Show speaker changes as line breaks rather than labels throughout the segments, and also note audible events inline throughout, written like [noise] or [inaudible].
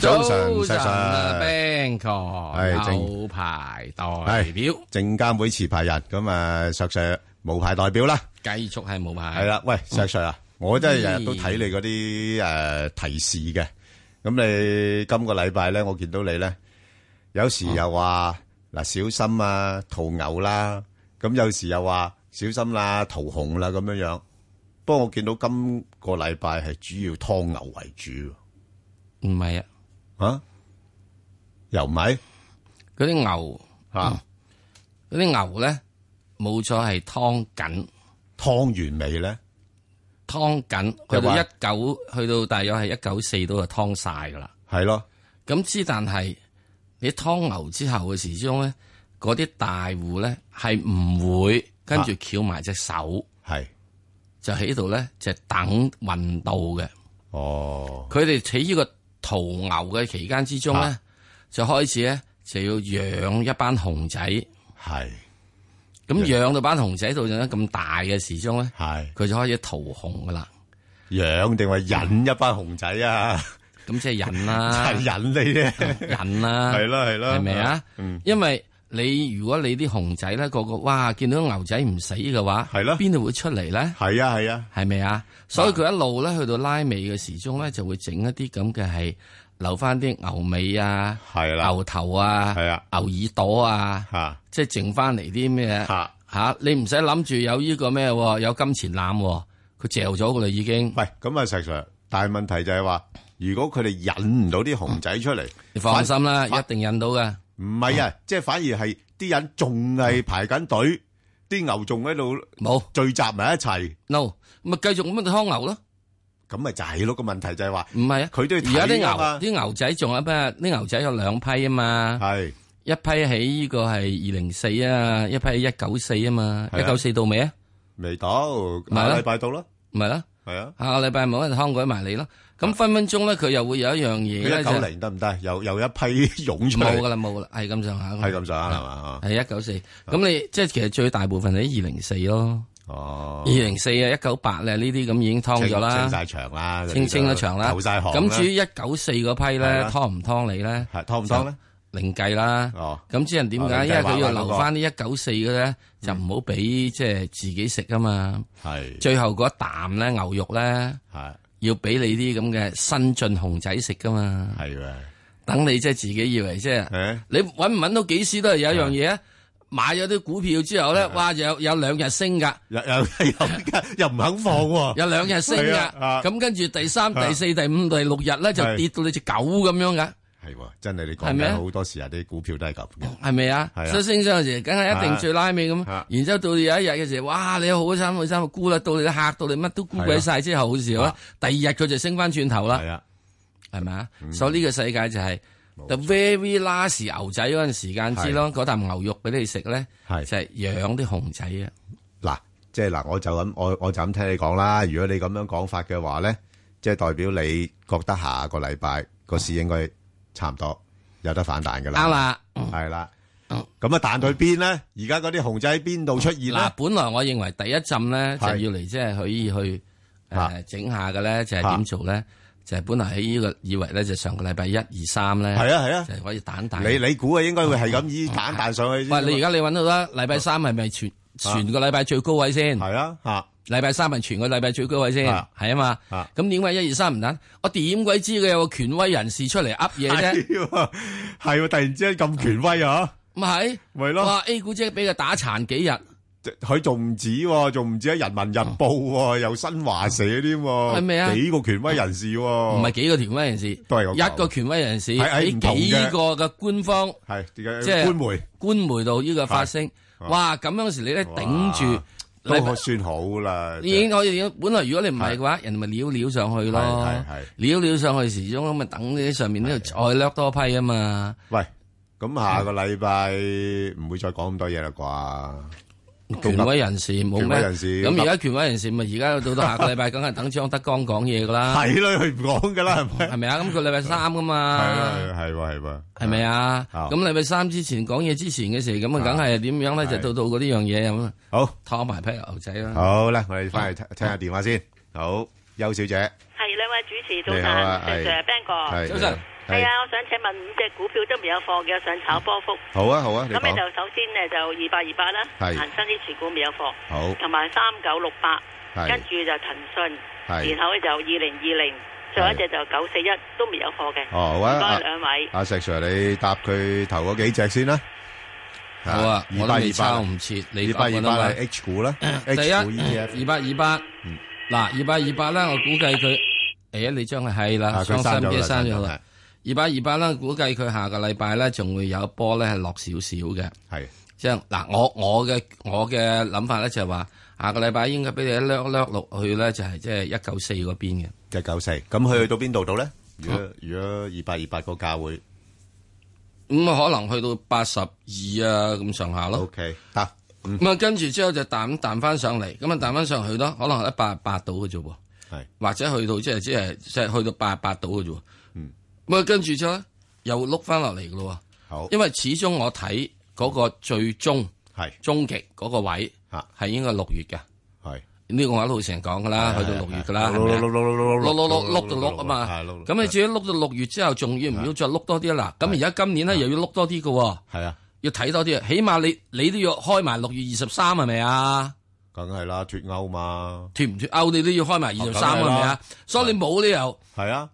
石
晨啊
Sir，
，Bang
係
哥，
正
有排代
係
表，
證監會持牌人咁啊，石 Sir 無牌代表啦，
繼續係冇嗯牌。
係啦，喂，石 Sir 啊，我真係日日都
嗯
睇你嗰啲诶提示嘅，咁你今個禮拜咧，我見到你咧，有時又
哦
話嗱小心啊，屠牛啦，咁有時又話小心啦，屠熊啦咁樣樣。不過我見到今個禮拜係主要劏牛為主喎，
唔係啊，
啊，又唔係
嗰啲牛，
啊，
嗰啲牛咧，冇咗係劏緊，
劏完未咧？
劏緊去
就
到一九，去到大約係一九四都係劏晒噶啦。
係咯。
咁之但係你劏牛之後嘅時鐘咧，嗰啲大户咧係唔會跟
啊
住翹埋隻手，
系，
就喺度咧就等運到嘅。
哦，
佢哋喺呢個屠牛嘅期間之中咧
啊，
就開始咧就要養一班熊仔。
系
咁養到班熊仔到咗咁大嘅時鐘咧，
系
佢就開始屠熊噶啦。
养定话引一班熊仔啊，
咁即係人
[laughs] 係
啦，
引你
[laughs]
啫，
人啦，
係咯係咯
係咪啊？
嗯
因為你如果你啲熊仔咧個個哇見到牛仔唔死嘅話，
係咯
邊度會出嚟咧？
係啊係啊，
係咪啊？所以佢一路咧去到拉尾嘅時鐘咧，就會整一啲咁嘅係留翻啲牛尾啊、
係啦，
牛頭啊、
係啊
牛耳朵啊，
吓
即係剩翻嚟啲咩啊
吓，
吓？你唔使諗住有呢個咩喎，有金錢攬喎，佢嚼咗噶啦已經。
喂，咁啊石 Sir，但系问题就係話，如果佢哋引唔到啲熊仔出嚟，
你放心啦，
反
一定引到嘅。
唔係啊，即係反而係啲人仲係排緊隊，啲牛仲喺度
冇
聚集埋一齊，
no，咪繼續咁樣劏牛咯。
咁咪就係咯個問題就係話，
唔係啊，
佢都要睇
而家
㗎嘛
啲牛啲牛仔仲有咩？啲牛仔有兩批啊嘛，
係
一批喺呢個係二零四啊，一批喺一九四啊嘛，
係
一
啊
九四到未啊？
未到
咪
下
咯
禮拜到啦，
唔係啦，
係啊，
下個禮拜冇人劏鬼埋你咯。咁分分鐘咧，佢又會有一樣嘢
佢
咧，
一
就
九零得唔得？又又一批涌出
冇
嚟
噶。啦，冇噶啦，係咁上下。
系咁上下系嘛？
係一九四。咁你即係其實最大部分喺二零四咯，
哦
二，零四啊，一九八咧呢啲咁已經劏咗
清
啦
清。晒場啦，
清清咗場啦，
投晒行
咁至於一九四嗰批
係
咧，
啦
劏唔劏你咧，
系劏唔劏咧？
另計啦。
哦，
咁之人點
啊另計
解？因為佢要
玩玩嗰
留
個
翻啲一九四嘅咧，就唔好俾即係自己食啊嘛。
係
最後嗰一啖咧，牛肉咧，
係
要俾你啲咁嘅新進熊仔食噶嘛。
係嘅，
等你即係自己以為即係
诶
你揾唔揾到幾時都係有一樣嘢啊！買咗啲股票之後咧，哇！有有兩日升㗎，
又又又又唔肯放喎，
有兩日升
係
㗎。
啊啊
咁跟住第三、
啊
第四、第五、第六日咧，就
係
跌到你只狗咁樣㗎。
係喎，真係你
係
講
咩
緊好多時啊，啲股票都係咁嘅，
系咪啊
係？啊
所以升上去時，梗係一定最拉尾咁
啊。
然之後到有一日嘅時候，哇！你好慘好慘，沽啦，到你嚇到你乜都沽鬼晒之後嘅時候咧
啊，
第二日佢就升翻轉頭啦
係，啊，
係咪啊？所以呢個世界就係
冇
the very last 牛仔嗰陣時間之咯，嗰啖牛肉俾你食咧，就
係
係養啲熊仔啊。
嗱，即係嗱，我就咁，我我就咁聽你講啦。如果你咁樣講法嘅話咧，即係代表你覺得下個禮拜個市應該差唔多有得反彈㗎啦，
啱啦，
係啦。
嗯
咁啊，彈去邊咧？而家嗰啲熊仔喺邊度出現
嗱
咧，？
本來我認為第一浸咧就
係
要嚟即係可以去
啊
誒整下嘅咧，就係點做咧？就係本來喺呢個以為咧，就上個禮拜一二三咧，
係啊係啊
就。係可以蛋大。
你你估啊，應該會係咁依彈彈上去先。啊
喂，你而家你揾到啦，禮拜三係咪全全個禮拜最高位先？
係啊嚇
禮拜三係全個禮拜最高位先，
啊
係啊嘛。
啊
咁點解一二三唔等？我點鬼知佢有個權威人士出嚟噏嘢啫？
[laughs] 係喎係喎，突然之間咁權威啊！
咪係
咪咯
哇！A 股姐俾佢打殘幾日，
佢仲唔止喎，仲唔止喺《人民日報》喎，有新華社添喎，
係咪啊
幾個權威人士喎，
唔係幾個權威人士，
都係嗰嚿
一個權威人士
係係
喺
唔同
幾
嘅
個嘅官方
係
即
嘅
係
官媒
官媒度呢個發聲。
啊
哇！咁樣時你咧頂住
哇，
禮
都
拜
算好啦。
已經可以點？本來如果你唔係嘅話，人哋咪撩撩上去咯
係係係，
撩撩上去時鐘咁咪等你喺上面呢度再掠多批啊嘛。
喂，咁下個禮拜唔會再講咁多嘢啦啩？
權威人士冇
權
咩
威人士
咁而家權威人士咪而家到到下個禮拜，梗係等張德江講嘢噶啦，
[laughs] 係咯，佢唔講噶啦，係咪？
係咪啊？咁佢禮拜三噶
係
嘛，
啊係喎係喎，
係咪啊？
啊
咁禮拜三之前講嘢之前嘅時候，咁啊，梗係點樣
係
咧？就到到嗰啲樣嘢咁啊，
好。
拖埋批牛仔啦。
好啦，啊我哋翻
啊
去聽聽下電話先。好，邱小姐，
系兩位主持早
你
晨，
好啊
石
係
Sir Ben 哥，
係
早晨，
係
係啊，我想請問五隻股票都未有貨嘅，我想炒波幅。
好啊好啊，你
咁你
講
就首先咧就二八二八啦，
係
恒生啲持股未有貨，
好
同埋三九六八，
係
跟住就騰訊，
係
然後咧就二零二零，最後一隻就九四一都未有貨嘅。
哦好
唔
啊
該，兩位。
阿阿石 Sir 你答佢頭嗰幾隻先啦。
好啊，
二
我
八二
都未
八
抄唔切，
二
你
八
講
二
得嘛
八係 H 股啦
[coughs] 第一
，H 股 ETF
二八二八，
嗯
嗱二八二八啦，我估計佢，誒你將佢係
啊，
啦，
佢
傷
刪
心
咗
機
啦，
刪
刪
咗
咗
啦
啦，，
二八二八啦，估計佢下個禮拜咧仲會有一波咧係落少少嘅，
係
即係嗱我我嘅我嘅諗法咧就係話下個禮拜應該俾你一掠一掠落去咧就係即係一九四嗰邊嘅，
即係九四。咁去到邊度到咧？如
啊
果如果二八二八個價會
咁啊可能去到八十二啊咁上下咯。
OK 得，嗯
咁啊，跟住之後就彈彈翻上嚟，咁啊彈翻上去咯，可能一百八度嘅啫喎，
係
或者去到即係即係即係去到八八度嘅啫喎。
嗯，
咁啊跟住之後咧又碌翻落嚟嘅咯
好
喎，因為始終我睇嗰個最終
係
終極嗰個位
啊
係應該六月嘅，
係。
呢個我一路成日講嘅啦，去到六月嘅啦，
係
係咪啊
碌碌碌碌
碌
碌
碌碌碌到碌啊嘛
係，碌
咁你至於碌到六月之後，仲要唔要再碌多啲啊？嗱，咁而家今年咧又要碌多啲嘅喎，
係啊，
要睇多啲啊，起碼你你都要開埋六月二十三係咪啊？
梗係啦，脱歐嘛，
脱唔脱歐，你都要開埋二十三
啊
係
梗係啦
咪啊？所以你冇理由
係啊，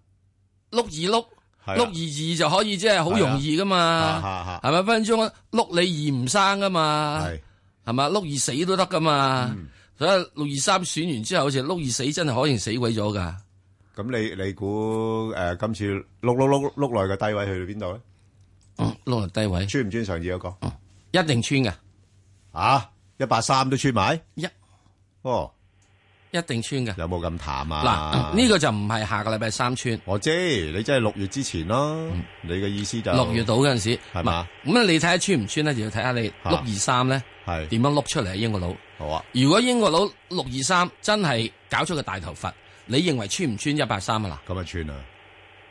碌二碌
係啊
碌二二就可以，即係好容易
嚇
噶嘛，
嚇嚇，
係咪？分分鐘碌你二唔生噶嘛，
係
係咪？碌二死都得噶嘛，所以六二三選完之後，好似碌二死真係可能死鬼咗噶。
咁你你估誒今次碌碌碌碌落去嘅低位去到邊度咧？
嗯碌落低位
穿唔穿上次嗰個
一定穿噶，
啊？一百三都穿埋，
一
哦，
一定穿噶。
有冇咁淡啊？
嗱，呢個就唔係下個禮拜三穿，
我知，你真係六月之前咯。你嘅意思就
嗯六月到嗰陣時，
係嘛
嗱咁啊你睇下穿唔穿咧，就要睇下你
嚇
碌二三咧
係
點樣碌出嚟啊英國佬。
好啊，
如果英國佬六二三真係搞出個大頭佛，你認為穿唔穿一百三啊？
咁啊穿啊，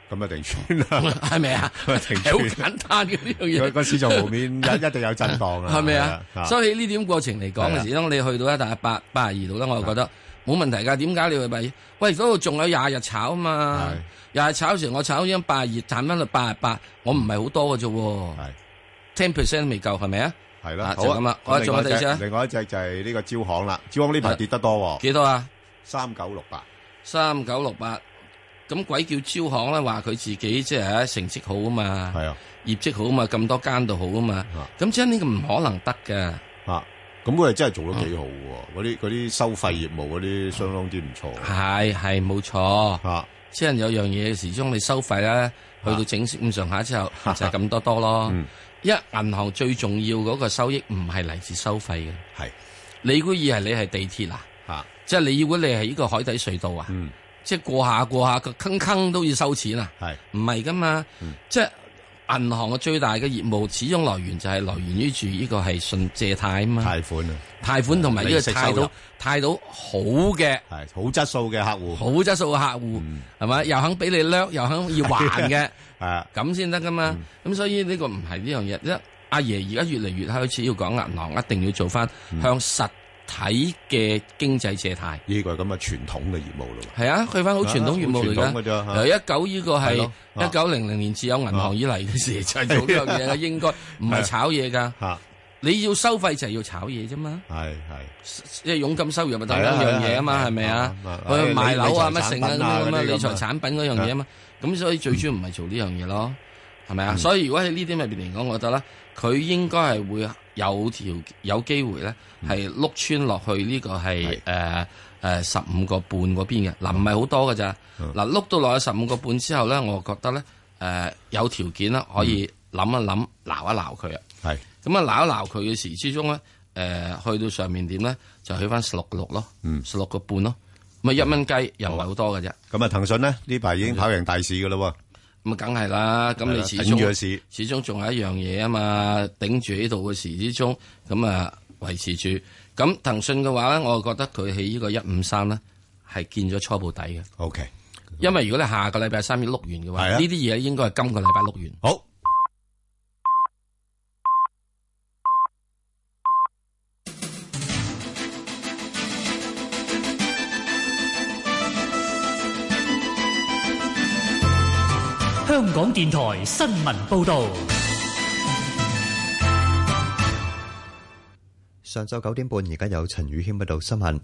咁啊定穿啦。
[laughs] 嗱，
[laughs]
係咪啊？
喂
係好簡單嘅呢
個
樣嘢，
個市場無面一一定有震盪啊，
係咪啊？
Dạ.
所以呢點過程嚟
係
講
啊
嘅時，當你去到一大八八廿二度咧，我就覺得冇問題㗎。點解你會咪？喂，嗰度仲有廿日炒啊嘛
係？
廿日炒時我炒咗八廿二，賺翻到八廿八，我唔係好多嘅啫喎
嗯係。
，ten percent 未夠係咪啊？
系啦，
啊
好
就
啊
咁啦
咁
我
另
仲有
外一
第二隻
隻
啊
另外一隻就係呢個招行啦，招行呢排跌得多喎，
幾多啊？
三九六八
三九六八，咁鬼叫招行咧話佢自己即係成績好啊嘛。
係啊，
業績好嘛，咁多間度好啊嘛
啊，
咁即係呢個唔可能得啊嘅。
啊，咁佢哋真係做得幾好喎，嗰啲嗰啲收費業務嗰啲相當之唔錯
係係冇錯，
啊，
即係有樣嘢始終你收費咧，去到整咁上下
[laughs]
之後就係咁多多咯
嗯。
因為銀行最重要嗰個收益唔係嚟自收費嘅，
係
你估以係你係地鐵啊？
吓，
即係你以為你係呢個海底隧道啊？
嗯，
即係過下過下個坑坑都要收錢啊？
係嗯
唔係噶嘛，即係銀行嘅最大嘅業務始終來源就係來源於住呢個係信借貸啊嘛。
貸款啊，
貸款同埋呢個
利息收
貸
入
到貸到好嘅
係好質素嘅客戶，嗯
好質素嘅客戶，係咪、又肯俾你掠，又肯要還嘅，
[laughs] 啊，嗯
咁先得噶嘛。咁、所以呢個唔係呢樣嘢，即係阿爺而家越嚟越開始要講銀行一定要做翻
嗯
向實體嘅經濟借貸。
呢個係咁嘅傳統嘅業務咯喎，
係啊，去翻好傳統業務
好傳統
嚟
嘅啫嚇
噶。由一九呢個
係
係
咯啊
一九零零年自有銀行以嚟嘅時，就係做呢
[laughs]
樣嘢嘅，應該唔係炒嘢噶。
吓，
你要收費就係要炒嘢啫嘛。
啊係係。
即係佣金收入咪等一樣嘢啊嘛，
係啊
係咪啊
係啊？
去
係啊
賣樓啊，
理財
乜成啊
產品啊
咁樣咁
嗰啲
啊，理
咁啊
財產品嗰樣嘢啊嘛。咁所以最主要唔係做呢樣嘢咯，係咪啊？所以如果喺呢啲入邊嚟講，我覺得咧，佢應該係會有條有機會咧，係碌穿落去呢個係嗯誒誒十五個半嗰邊嘅。嗱，唔係好多㗎咋。嗱，碌到落去十五個半之後咧，我覺得咧誒有條件啦，可以諗一諗，鬧一鬧佢啊。
係
咁啊鬧一鬧佢嘅時之中咧，誒、去到上面點咧，就去翻十六個六咯，十六個半咯，咁啊一蚊雞又唔係好多嘅啫，
嗯咁啊，騰訊咧呢排已經跑贏大市噶啦
咁啊梗係啦，
喎，
咁你
係
始
啦頂住個
終
市
始終仲有一樣嘢啊嘛，頂住呢度嘅時之中，咁啊維持住，咁騰訊嘅話咧，我覺得佢喺呢個一五三咧係見咗初步底嘅，
，OK，
因為如果你下個禮拜三要碌完嘅話，
係啊
呢啲嘢應該係今個禮拜碌完。
好。
香香港电台新闻报道。
上晝九點半，而家有陳宇軒報道新聞。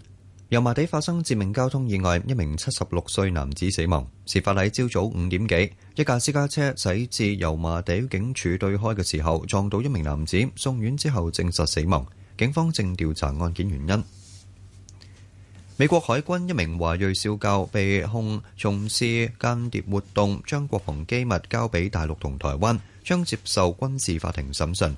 油麻地發生致命交通意外，一名七十六歲男子死亡。事發喺朝早五點幾，一架私家車駛至油麻地警署對開嘅時候，撞到一名男子，送院之後證實死亡。警方正調查案件原因。美國海軍一名華裔少校被控從事間諜活動，將國防機密交俾大陸同台灣，將接受軍事法庭審訊。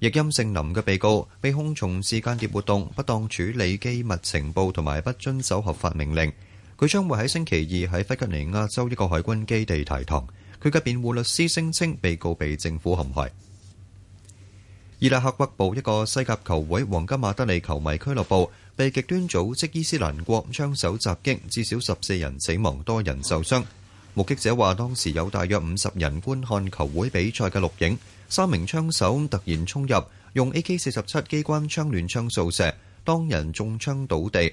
譯音姓林嘅被告被控從事間諜活動、不當處理機密情報同埋不遵守合法命令。佢將會喺星期二喺弗吉尼亞州一個海軍基地提堂。佢嘅辯護律師聲稱被告被政府陷害。伊拉克北部一個西甲球會皇家馬德里球迷俱樂部被極端組織伊斯蘭國槍手襲擊，至少十四人死亡，多人受傷。目擊者話，當時有大約五十人觀看球會比賽嘅錄影，三名槍手突然衝入，用 AK 四十七機關槍亂槍掃射，當人中槍倒地，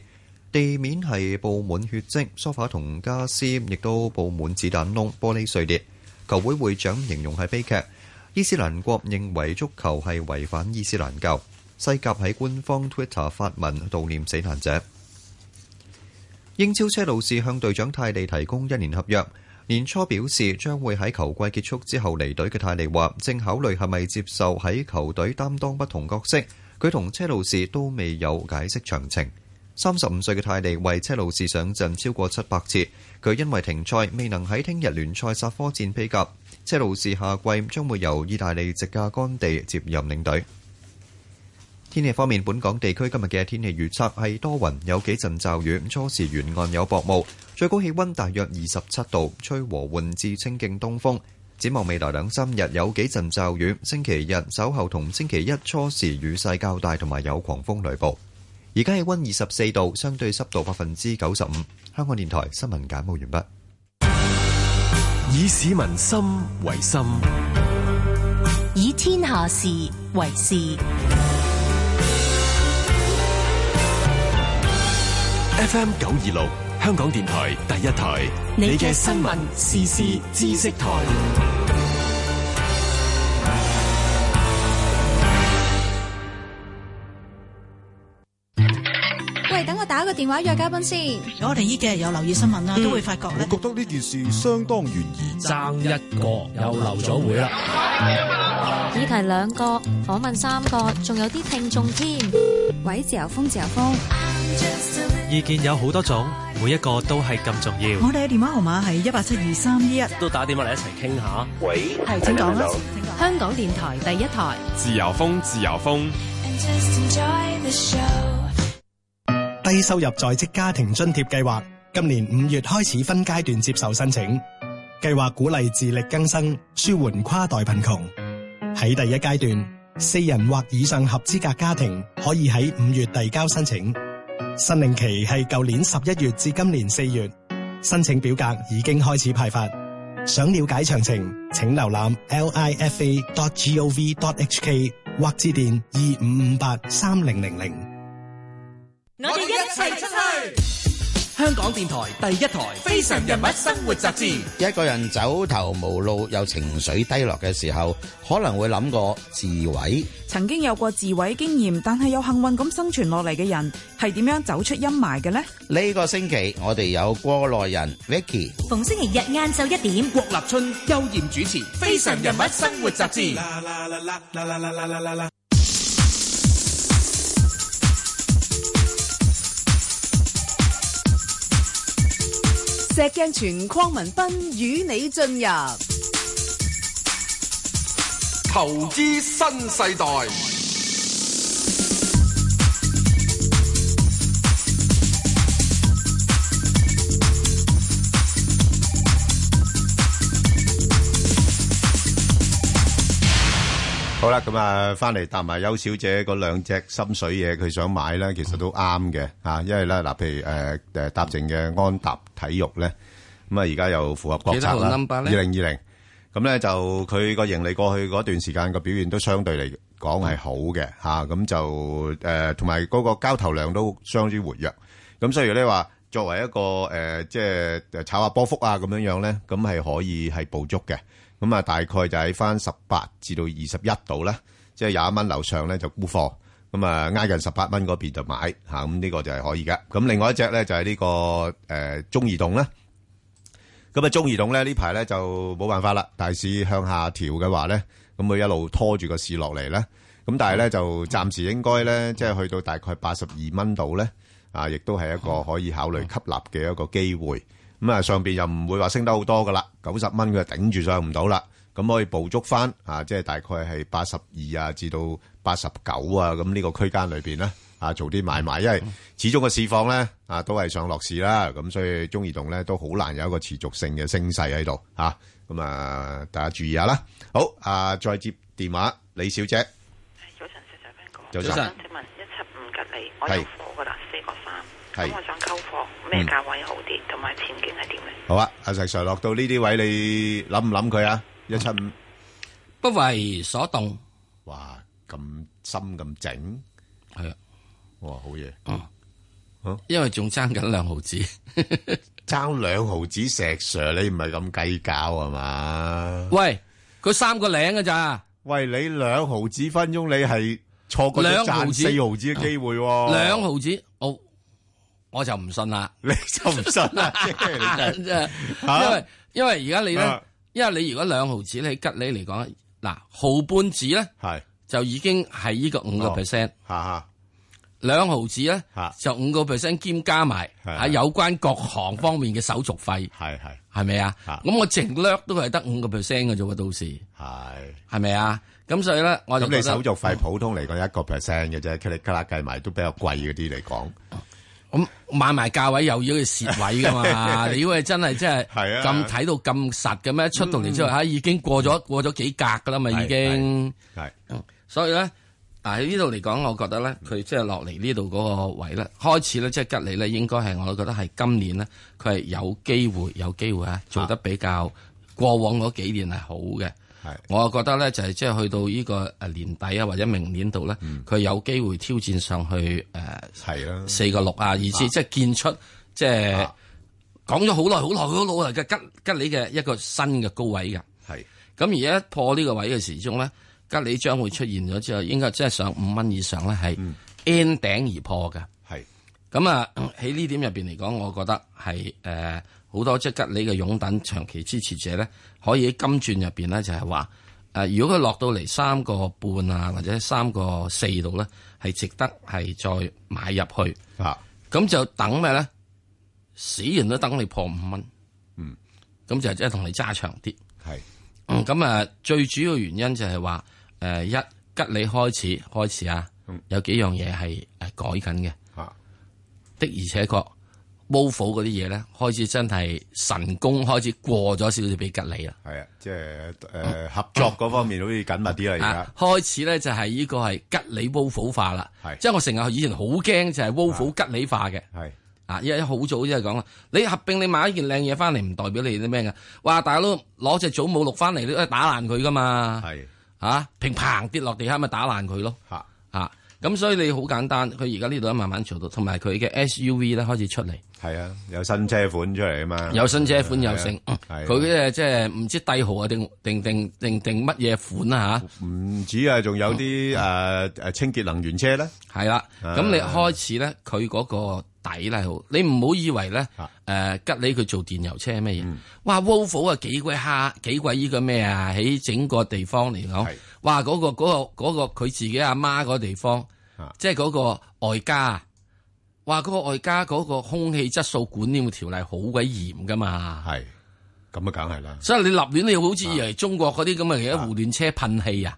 地面係佈滿血跡，梳化同家私亦都佈滿子彈窿、玻璃碎裂。球會會長形容係悲劇。伊斯蘭國認為足球係違反伊斯蘭教。西甲喺官方 Twitter 發文悼念死難者。英超車路士向隊長泰利提供一年合約，年初表示將會喺球季結束之後離隊嘅泰利話，正考慮係咪接受喺球隊擔當不同角色。佢同車路士都未有解釋詳情。三十五歲嘅泰利為車路士上陣超過七百次，佢因為停賽未能喺聽日聯賽煞科戰披甲。車路士下季將會由意大利籍嘅干地接任領隊。天氣方面，本港地區今日嘅天氣預測係多雲，有幾陣驟雨，初時沿岸有薄霧，最高氣温大約二十七度，吹和緩至清勁東風。展望未來兩三日有幾陣驟雨，星期日稍後同星期一初時雨勢較大，同埋有狂風雷暴。而家氣温二十四度，相對濕度百分之九十五。香港電台新聞簡報完畢。
以市民心為心，
以天下事為事。
FM 九二六，香港電台第一台，
你
你
嘅
嘅新
新
聞
聞時事知識台，
喂，等我打個電話約嘉賓先。
我哋呢幾日有留意新聞啦，都會發覺咧，
覺得呢件事相當懸疑。
爭一個又留咗會啦。
議題兩個，訪問三個，仲有啲聽眾添。
喂，自由風，自由風。
意見有好多種，每一個都係咁重要。
我哋嘅電話號碼係一八七二三一一。
都打電話嚟一齊傾下。
喂，
係請講啊啦。
香港電台第一台，
自由風，自由風。
低收入在職家庭津貼計劃今年五月開始分階段接受申請，計劃鼓勵自力更生，舒緩跨代貧窮。喺第一階段，四人或以上合資格家庭可以喺五月遞交申請，申領期係舊年十一月至今年四月。申請表格已經開始派發，想了解詳情，請瀏覽 lifa.gov.hk 或致電二五五八三零零零。
我哋一齊出去。香港電台第一台《非常人物生活雜誌》。
一個人走投無路又情緒低落嘅時候，可能會諗過自毀。
曾經有過自毀經驗，但係有幸運咁生存落嚟嘅人，係點樣走出陰霾嘅呢？
呢、個星期我哋有過來人 Vicky，
逢星期日晏晝一點，
郭立春、邱艷主持《非常人物生活雜誌》。
石鏡泉鄺民彬與你進入
投資新世代，
好啦，咁啊，翻嚟答埋邱小姐嗰兩隻心水嘢，佢想買咧，其實都啱嘅嚇，因為咧嗱，譬如誒誒搭正嘅安踏體育咧，咁啊而家又符合國策
幾多
啦
號 number
二
呢
零二零，咁咧就佢個盈利過去嗰段時間個表現都相對嚟講係好嘅嚇，咁就誒同埋嗰個交投量都相之活躍，咁所以咧話作為一個誒即係炒下波幅啊咁樣樣咧，咁係可以係捕捉嘅。咁啊大概就喺翻十八至到二十一度啦，即係廿一蚊樓上咧就沽貨，咁啊挨近十八蚊嗰邊就買嚇，咁呢個就係可以嘅。咁另外一隻咧就係呢個誒中移動啦。咁啊，中移動咧呢排咧就冇辦法啦，大市向下調嘅話咧，咁佢一路拖住個市落嚟咧。咁但係咧就暫時應該咧，即係去到大概八十二蚊度咧，啊，亦都係一個可以考慮吸納嘅一個機會。咁啊，上邊又唔會話升得好多噶啦，九十蚊佢就頂住上唔到啦。咁可以捕捉翻啊，即係大概係八十二啊至到八十九啊，咁呢個區間裏邊咧啊，做啲買賣，因為始終個市況咧啊都係上落市啦，咁所以中移動咧都好難有一個持續性嘅升勢喺度嚇，咁啊大家注意下啦。好啊，再接電話，李小姐，
早晨，石 Sir 邊個？
早晨
我想請問一七五吉利，我有
係
貨噶啦，四個三，
係
咁我想溝貨，咩
嗯
價位好啲，同埋前景係點咧？
好啊，阿石 Sir 落到呢啲位，你諗唔諗佢啊？一七五，
不為所動。
哇，咁深咁整，
係啊，
哇，好嘢。
因為仲爭緊兩毫子， [laughs]
爭兩毫子石 Sir，你唔係咁計較係嘛？
喂，佢三個零嘅咋？
喂，你兩毫子分鐘，你係錯過咗
兩毫
賺
子
四毫子嘅機會喎。
兩毫子，我我就唔信啦。
[laughs] 你就唔信
[laughs]
啦
真係
嚇
因為因為而家你咧
啊，
因為你如果兩毫子你吉你嚟講，嗱毫半子咧，
係哦
就已經係呢個五個 percent，
嚇嚇
兩毫子咧就五個 percent 兼加埋喺有關各行方面嘅手續費，
係係
係咪啊？咁我淨略都係得五個 percent 嘅啫喎，到時
係
係咪啊？咁所以咧，我就
咁你
覺得
手續費普通嚟講一個 percent 嘅啫，卡里卡啦計埋都比較貴嗰啲嚟講。
咁買埋價位又要去蝕位噶嘛？你以為真係真係
係啊
咁睇到咁實嘅咩？出到嚟之後
嗯
嚇已經過咗過咗幾格噶啦嘛，
係
已經嗯
係。嗯
所以咧，嗱喺呢度嚟講，我覺得咧，佢即係落嚟呢度嗰個位咧，開始咧即係吉利咧，應該係我覺得係今年咧，佢係有機會有機會啊，做得比較過往嗰幾年係好嘅。我覺得咧就係即係去到呢個誒年底啊，或者明年度咧，佢有機會挑戰上去呃
誒，嗯係啦，啊
四個六啊，而至即係建出即係講咗好耐好耐好耐嘅吉吉利嘅一個新嘅高位嘅。
係
咁而家破呢個位嘅時鐘咧，吉利將會出現咗之後，應該即係上五蚊以上咧係 N 頂而破嘅。
係
咁啊，喺呢點入邊嚟講，我覺得係誒好多即係吉利嘅擁趸長期支持者咧，可以喺金鑽入邊咧就係話誒，如果佢落到嚟三個半啊，或者三個四度咧，係值得係再買入去。
啊，
咁就等咩咧？死人都等你破五蚊。
嗯，
咁就即係同你揸長啲。
係
嗯咁啊，最主要原因就係話誒一吉利開始開始啊，
嗯
有幾樣嘢係誒呃改緊嘅。
啊
的而且確 v o l v o 嗰啲嘢咧，開始真係神功開始過咗少少俾吉利啦。
係啊，即係誒合作嗰方面好似緊密啲啦，而
啊
家，
開始咧就係呢個係吉利 v o l v o 化啦。即係我成日以前好驚就係 v o l v o 吉利化嘅。
係
啊，因為好早即係講啦，你合併你買一件靚嘢翻嚟，唔代表你啲咩噶。哇，大佬攞隻祖母綠翻嚟，你都係打爛佢噶嘛。
係
啊，平砰跌落地下咪打爛佢咯。
嚇
啊，咁所以你好簡單，佢而家呢度都慢慢做到，同埋佢嘅 SUV 咧開始出嚟。
係啊，有新車款出嚟啊嘛，
有新車款有剩，
係啊
佢嘅即係唔知帝豪啊定定定定定乜嘢款啊嚇，
唔止啊，仲有啲誒誒清潔能源車咧，啊
係啦，咁你開始咧佢嗰個底咧好，你唔好以為咧誒吉利佢做電油車係咩嘢，哇 Volvo 啊幾鬼蝦幾鬼依個咩啊喺整個地方嚟講，哇嗰個嗰個嗰個佢自己阿媽嗰個地方，即係嗰個外家啊。哇！嗰、個外加嗰個空氣質素管理條例好鬼嚴噶嘛，
係咁啊，梗係啦。
所以你立亂你好似以為中國嗰啲咁嘅而家胡亂車噴氣啊！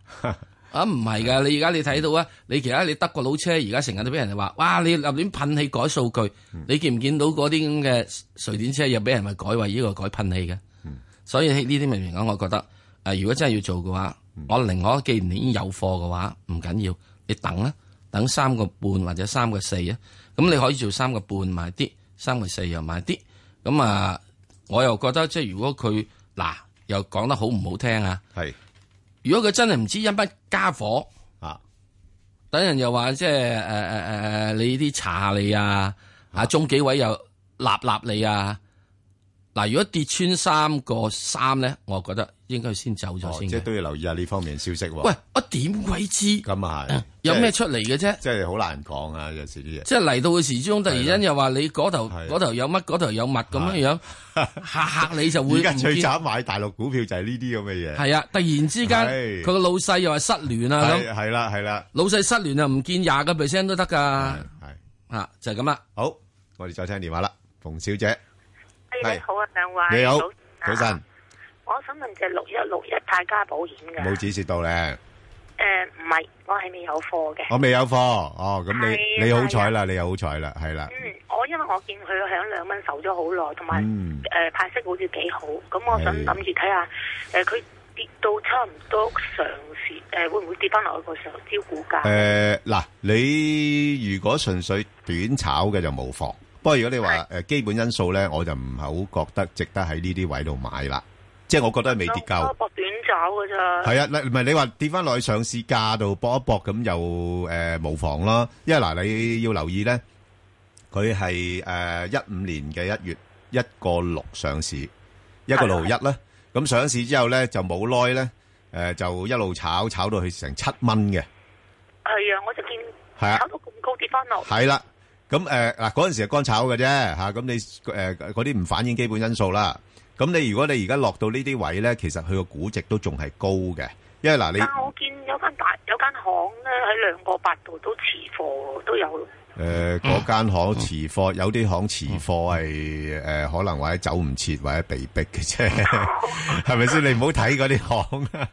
啊，唔係噶，你而家你睇到啊，你其他你德國佬車而家成日都俾人哋話，哇！你立亂噴氣改數據，
嗯
你見唔見到嗰啲咁嘅瑞典車又俾人咪改為呢個改噴氣嘅？
嗯
所以喺呢啲明明講，我覺得誒、呃如果真係要做嘅話，
嗯
我寧可既然你已經有貨嘅話，唔緊要，你等啦，等三個半或者三個四啊，咁你可以做三個半買啲，三個四又買啲，咁啊，我又覺得即係如果佢嗱又講得好唔好聽啊，
係，
如果佢真係唔知因乜家伙
啊，
等人又話即係誒誒誒，你啲查下你啊，啊中紀委又立立你啊。嗱，嗱，如果跌穿三個三咧，我覺得應該先走咗先
哦即係
嘅。
都要留意下呢方面嘅消息喎。
喂，我點鬼知？嗯
咁啊係，
有咩
出
嚟嘅啫？
即係好難講啊，有時啲嘢。
即係嚟到嘅時鐘，突然間又話你嗰頭嗰頭有乜，嗰頭有物咁樣樣，嚇嚇你就會
而家
唔
最
見
慘買大陸股票就係呢啲咁嘅嘢。
係啊！突然之間，
係
佢個老細又話失聯啊
係，
咁，
係啦係啦，
老細失聯啊，唔見廿個 percent 都得㗎。係啊，就係咁啦。
好，我哋再聽電話啦，馮小姐，
哎你好啊，兩位
你好，
早
早
晨啊
晨，
我想問隻六一六一泰家保險
dạ.
嘅，
冇指示到咧，
誒唔係，我係未有貨嘅。
我未有貨，哦，咁
係
你
啊
你好彩啦，你好彩啦，係啦，
嗯，我因為我見佢響兩蚊守咗好耐，同埋
嗯
誒派息好似幾好，咁我想
係
諗住睇下誒佢跌到差唔多上市誒、會唔會跌翻落去個上招股價？
誒嗱，你如果純粹短炒嘅就冇貨，不過如果你話誒基本因素咧，我就唔係好覺得值得喺呢啲位度買啦，即係我覺得未跌夠
我。搏短炒㗎咋。
係啊，嗱，唔係你話跌翻落去上市價度搏一搏咁又诶無妨啦，因為嗱你要留意咧，佢係诶一五年嘅一月一個六上市，一個六一啦，咁上市之後咧就冇耐咧，诶、就一路炒炒到去成七蚊嘅，
係啊，我就見
係啊
炒到咁高跌翻落。
係啦，咁诶嗱嗰阵时系干炒嘅啫吓，咁、你诶嗰啲唔反映基本因素啦，咁你如果你而家落到呢啲位咧，其實佢個估值都仲係高嘅，因為嗱你。
但我見有間大有間行咧喺兩個八度都持貨喎，都有。
誒嗰間行持貨，有啲行持貨係誒可能或者走唔切或者被逼嘅啫， [laughs] 係咪先？你唔好睇嗰啲行啊，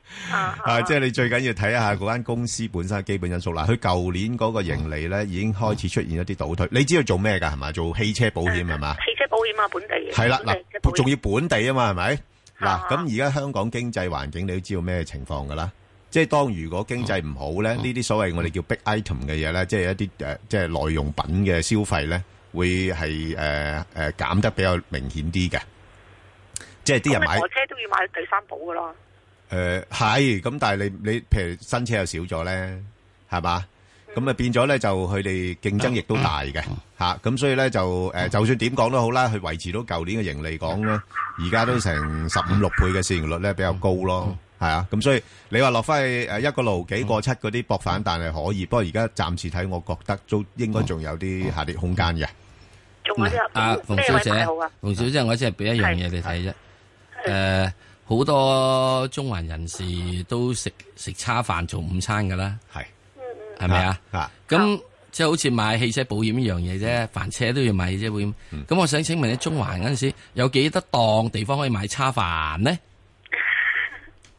啊即係你最緊要睇下嗰間公司本身嘅基本因素啦。佢舊年嗰個盈利咧已經開始出現一啲倒退。你知道做咩㗎係嘛？做汽車保險係嘛？
汽車保險啊，本地嘅
係啦，
本地嘅保
嗱，
險
仲要本地啊嘛，係咪？嗱，咁而家香港經濟環境你都知道咩情況㗎啦。即係當如果經濟唔好咧，呢啲所謂我哋叫 big item 嘅嘢咧，即係一啲誒、呃即係耐用品嘅消費咧，會係誒誒減得比較明顯啲嘅。即係啲人買
咁你台車都要買第三保㗎啦。
誒係，咁但係你你譬如新車又少咗咧，係嘛？咁啊變咗咧就佢哋競爭亦都大嘅嚇，咁、所以咧就誒、就算點講都好啦，佢維持到舊年嘅盈利講咧，而家都成十五六倍嘅市盈率咧比較高咯，係啊，咁所以你話落翻去誒一個路幾個七嗰啲博反彈係可以，不過而家暫時睇，我覺得都應該仲有啲下跌空間嘅。
仲有啲
啊，馮小姐
咩位買好啊，
馮小姐，我只係俾一樣嘢你睇啫。誒，好多中環人士都食食叉飯做午餐㗎啦，
係，
係咪啊？
啊，嗯
咁即係好似買汽車保險呢樣嘢啫，凡車都要買汽車保險。咁我想請問你，中環嗰陣時有幾多檔地方可以買叉飯呢？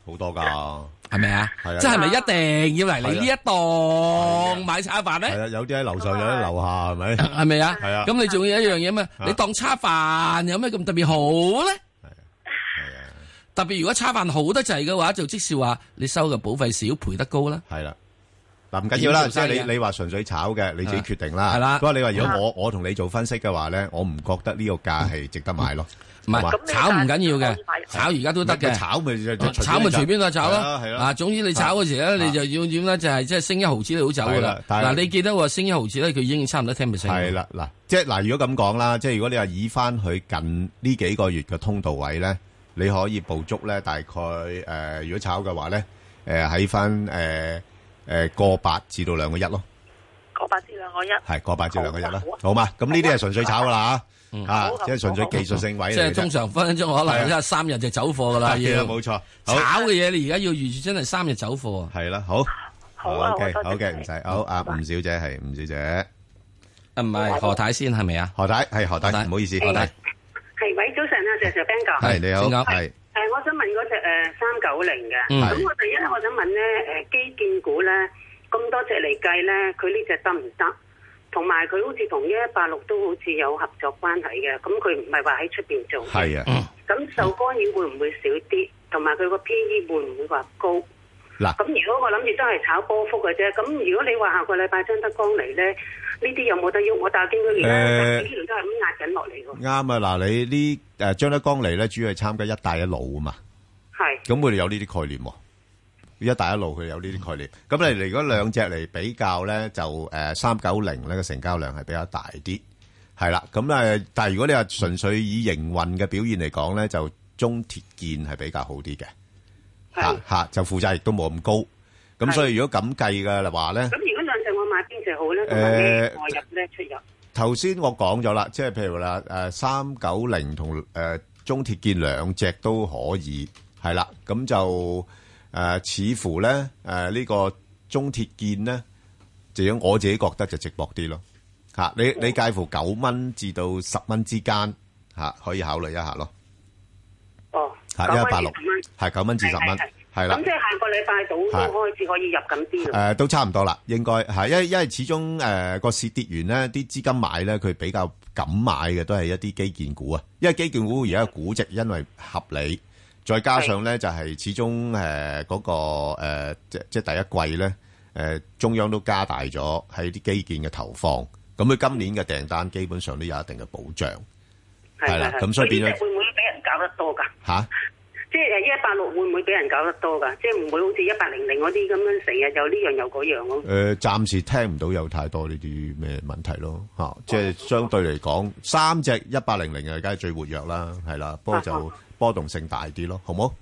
好多㗎，
係咪啊？
係啊，
即係咪一定要嚟你呢一檔買叉飯呢？
係啊啊，有啲喺樓上，有啲喺樓下，係
[laughs]
咪？
係咪啊？
係啊。
咁你仲有一樣嘢嘛？
啊
你當叉飯有咩咁特別好咧？特別如果叉飯好得滯嘅話，就即是話你收嘅保費少，賠得高啦。
係啦，嗱唔緊要啦，
點
即
做生意
係
啊
你你話純粹炒嘅，你自己決定啦。
係啦
不過你話如
係
果我我同你做分析嘅話咧，我唔覺得呢個價係值得買咯。
唔係炒唔緊要嘅，炒而家都得嘅。
炒咪就就
炒咪隨便就炒
係啊係
咯。
啊
啊，總之你炒嗰時咧，你就要點咧？就係即係升一毫子你好走噶
係
啦
啦。但係
嗱，你記得話升一毫子咧，佢已經差唔多 ten percent。
係啦，嗱，即係嗱，如果咁講啦，即係如果你話以翻佢近呢幾個月嘅通道位咧，你可以捕捉咧，大概誒、呃如果炒嘅話咧，誒喺翻誒誒個八至到兩個一咯。
個八至兩個一。
系个八至兩個日啦，好嘛？咁呢啲係純粹炒噶啦吓，啊，即係純粹技術性位嚟嘅啫。
即係通常分分鐘可能
係啊
一三日就走貨噶啦。
係啊
要
冇錯
炒
好
嘅嘢你而家要預住真係三日走貨啊。
係啦，好。
好
好 OK，好嘅，唔使。好，阿吳小姐係吳小姐。
唔係何太先係咪啊？
何太係何太，唔好意思，
何
何
太
太
係喂，早晨啊，石 Sir Ben 哥。
係你好，係
誒，我想問嗰只誒三九零嘅，
嗯
咁我第一我想問咧誒基建股咧咁多隻嚟計咧，佢呢只得唔得？同埋佢好似同一一八六都好似有合作關係嘅，咁佢唔係話喺出邊做，
係啊。
咁受干擾會唔會少啲？同埋佢個 P E 會唔會話高？
嗱，
咁如果我諗住真係炒波幅嘅啫，咁如果你話下個禮拜張德江嚟咧，呢啲有冇得喐？我但係見佢而家
誒
呢度都係咁壓緊落嚟喎，
啱啊！嗱，你呢诶张德江嚟咧，主要係參加一帶一路啊嘛。
係。
咁佢哋有呢啲概念喎。一帶一路佢哋有呢啲概念，咁你嚟嗰兩隻嚟比較咧，就誒三九零呢個成交量係比較大啲，係啦，咁咧，但係如果你話純粹以營運嘅表現嚟講咧，就中鐵建係比較好啲嘅，嚇嚇就負債亦都冇咁高，咁所以如果咁計嘅話咧
咁，如果兩隻我買邊隻好咧？同埋咩外入咧出入？
頭先我講咗啦，即係譬如啦，誒三九零同誒中鐵建兩隻都可以，係啦，咁就誒、呃似乎咧誒呢、個中鐵建咧，就我自己覺得就值博啲咯，嚇、你你介乎九蚊至到十蚊之間嚇、可以考慮一下咯，
哦，
嚇
九
一
蚊
八六
至十蚊
係九蚊至十蚊，係啦
咁即。係下個禮拜到
係
都開始可以入緊啲
誒、
啦。
都差唔多啦，應該係，因為因為始終誒個市跌完咧，啲資金買咧，佢比較敢買嘅都係一啲基建股啊，因為基建股而家嘅估值因為合理，再加上咧就係始終誒嗰個、呃、即即第一季咧誒、呃中央都加大咗喺啲基建嘅投放，咁佢今年嘅訂單基本上都有一定嘅保障，係啦，咁所以變
呢隻
咗
會唔會俾人搞得多㗎？
吓。
即係一八六會唔會俾人搞得多㗎？即係唔會好似一八零零嗰啲咁樣成日有呢樣有嗰樣咯。
誒，呃暫時聽唔到有太多呢啲咩問題咯，嚇、即
哦
係相對嚟講，三隻一八零零啊，梗係最活躍啦，係啦，不過就波動性大啲咯，好冇？
啊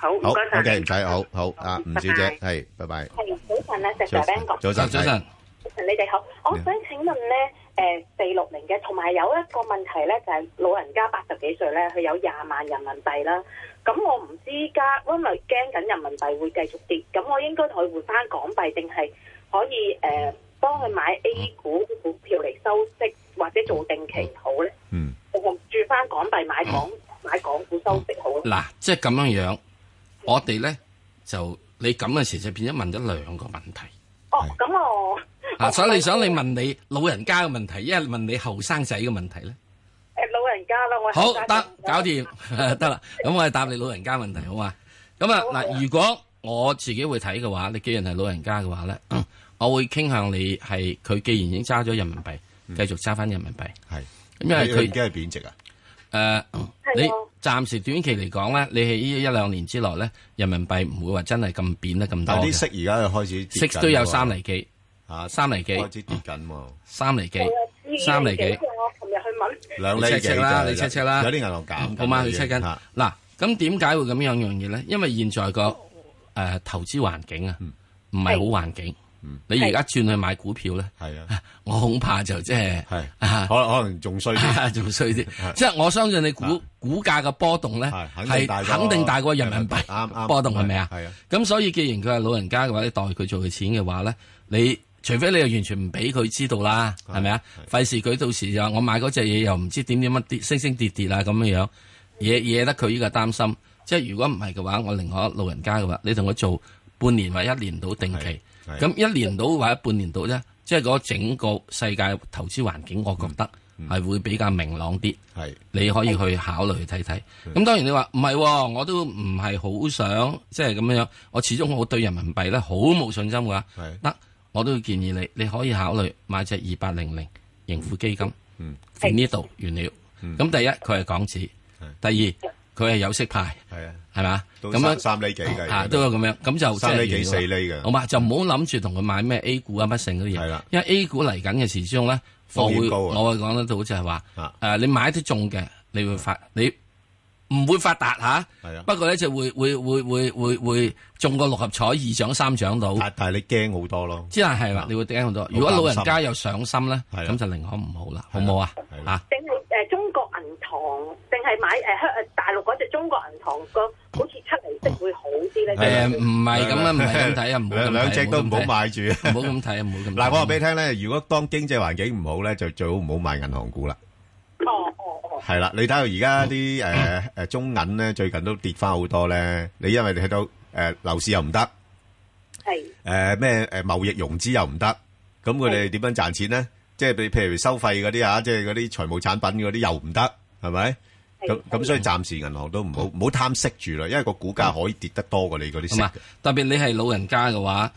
好，唔
好
該晒。
，OK，唔使，好好啊，吳小姐，係，拜拜。
係早晨啊，石
早
Sir
晨
Ben 哥，
早晨早晨
早晨你哋好。我
你
想請問咧，誒四六零嘅，同埋有一個問題咧，就係、老人家八十幾歲咧，佢有廿萬人民幣啦。咁我唔知家，因為驚緊人民幣會繼續跌，咁我應該同佢換翻港幣，定係可以誒、呃、幫佢買 A 股股票嚟收息，或者做定期好咧？
嗯，
我轉翻港幣買港買港股收息好咧？
嗱，即係咁樣樣，我哋咧就你咁嘅時就變咗問咗兩個問題。
哦，咁我
嗱，所以你想你問你老人家嘅問題，一係問你後生仔嘅問題咧？
誒老人家啦，我
好
後生
得搞掂 [laughs] 得啦，咁我哋答你老人家問題好嘛？咁啊嗱，如果我自己會睇嘅話，你既然係老人家嘅話咧，我會傾向你係佢既然已經揸咗人民幣，繼續揸翻人民幣。
係，
咁因為嗯佢
已經係貶值啊。
誒，呃你暫時短期嚟講咧，你喺呢一兩年之內咧，人民幣唔會話真係咁貶得咁多
但
嘅。
係啲息而家就開始跌
息
緊
都有
喎
三厘幾，
嚇
三厘幾
開始跌緊喎，
三厘幾
啊
知，嘅
三厘幾。
我琴日去問
兩厘
你 check
幾
check 啦，
就
你 check check 啦，嗯
有啲銀行減緊
好嘛？
啦
你
已
check
經啊
緊
嚇
嗱，咁點解會咁樣樣嘢咧？因為現在個誒投資環境啊，
嗯
唔係好環境。你而家轉去買股票咧，
係啊，
[laughs] 我恐怕就即係 [laughs]
係可
可
能仲衰啲，
[laughs]
啊
仲衰啲。即係我相信你股股價嘅波動咧，
肯定大
係
過
肯定大過人民幣
啱啱
[laughs] 波動係咪啊？
係啊。
咁所以既然佢係老人家嘅話，你代佢做佢錢嘅話咧，你除非你又完全唔俾佢知道啦，係咪啊？費事佢到時又我買嗰只嘢又唔知點點乜跌升升跌跌啊咁樣樣，惹惹得佢呢個擔心。即係如果唔係嘅話，我寧可老人家嘅話，你同佢做半年或一年到定期，
係係
咁一年到或者半年到啫，即係嗰整個世界投資環境，我覺得係會比較明朗啲。
嗯係嗯
你可以去考慮去睇睇。咁當然你話唔係喎，我都唔係好想即係咁樣，我始終我對人民幣咧好冇信心㗎。得，我都建議你，你可以考慮買隻二八零零盈富基金，
嗯，
呢度完了。咁第一佢係港紙，第二佢係有息派，
係啊，
係嘛？
都
咁樣
三三厘幾嘅
啊都有咁樣，咁就
三厘幾
即係完
四厘
啦
嘅
好嘛？就唔好諗住同佢買咩 A 股啊乜剩嗰啲嘢，因為 A 股嚟緊嘅時鐘咧，我
風
會
險高啊
我會講得到就係話，誒你買啲中嘅，你會發
嗯
你唔會發達吓，
啊
不過咧就會會會會會會中個六合彩二獎三獎到，
但係你驚好多咯，啊
之但係啦，你會驚好多。如果老人家有上心咧，咁就寧可唔好啦，好唔好啊？嚇！
定係誒呃中國銀行，定係買呃誒香誒大陸嗰只中國銀行個好似出嚟息會好啲咧？
誒
嗯
唔係咁啊，唔係
[laughs]
咁睇啊，唔好咁睇
兩兩隻都唔好
咁睇
買住，唔
好咁睇啊，唔
[laughs]
好咁睇。
嗱，我話俾你聽咧，如果當經濟環境唔好咧，就最好唔好買銀行股啦。係啦，你睇下而家啲誒誒中銀咧，最近都跌翻好多咧。你因為你睇到誒樓市又唔得，
係
誒咩誒貿易融資又唔得，咁佢哋點樣賺錢咧？即係譬譬如收費嗰啲啊，即係嗰啲財務產品嗰啲又唔得，係咪？咁咁所以暫時銀行都唔好唔好貪息住啦，因為個股價可以跌得多過你嗰啲息
咁啊
嘅。，嗯
特別你係老人家嘅話，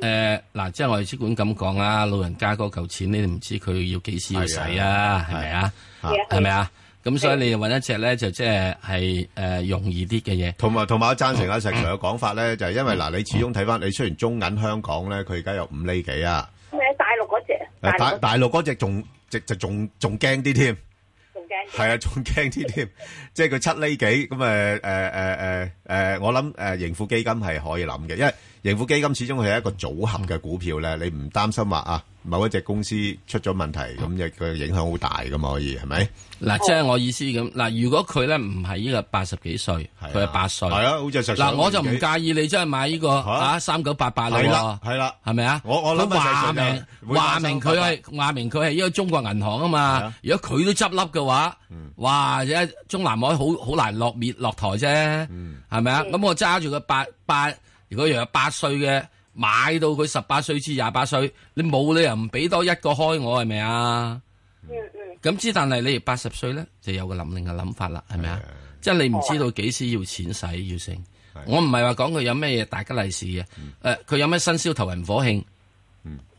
誒嗱，即係我哋只管咁講啦，老人家嗰嚿錢你唔知佢要幾時要使啊，係咪啊？係咪啊？咁所以你就揾一隻咧，就即係係誒容易啲嘅嘢。嗯
同埋同埋，我贊成阿石 Sir 嘅講法咧，就係因為嗱，你始終睇翻你雖然中銀香港咧，佢而家有五厘幾啊，
咩大陸嗰只？
誒、诶
大陸
大大陸嗰只仲直就仲仲驚啲添，
仲驚
係啊，仲驚啲添，即係佢七厘幾咁诶诶诶诶诶，誒我諗诶盈富基金係可以諗嘅，因為盈富基金始終係一個組合嘅股票咧，你唔擔心話啊某一隻公司出咗問題，咁嘅佢影響好大噶嘛，可以係咪？
嗱，即係我意思咁。嗱，如果佢咧唔係呢個八十幾歲，佢係八歲，
係啊好似係
嗱，我就唔
年
介意你真係買呢個啊三九八八啦
係啦
喎，
係啦，
係咪啊？
我我諗
佢話
就係
明
會
話
買三
明
九
佢
八八
係話明佢係呢個中國銀行啊嗯嘛。如果佢都執笠嘅話，哇！而家中南海好好難落滅落台啫，係咪啊？咁我揸住個八八，如果又有八歲嘅。買到佢十八歲至廿八歲，你冇理由唔俾多一個開我係咪啊？咁之但係你哋八十歲咧，就有個諗另嘅諗法啦，係咪啊？即係你唔知道幾時要錢使要剩。我唔係嗯話講佢有咩嘢大吉利是嘅，誒、佢有咩新燒頭暈火慶，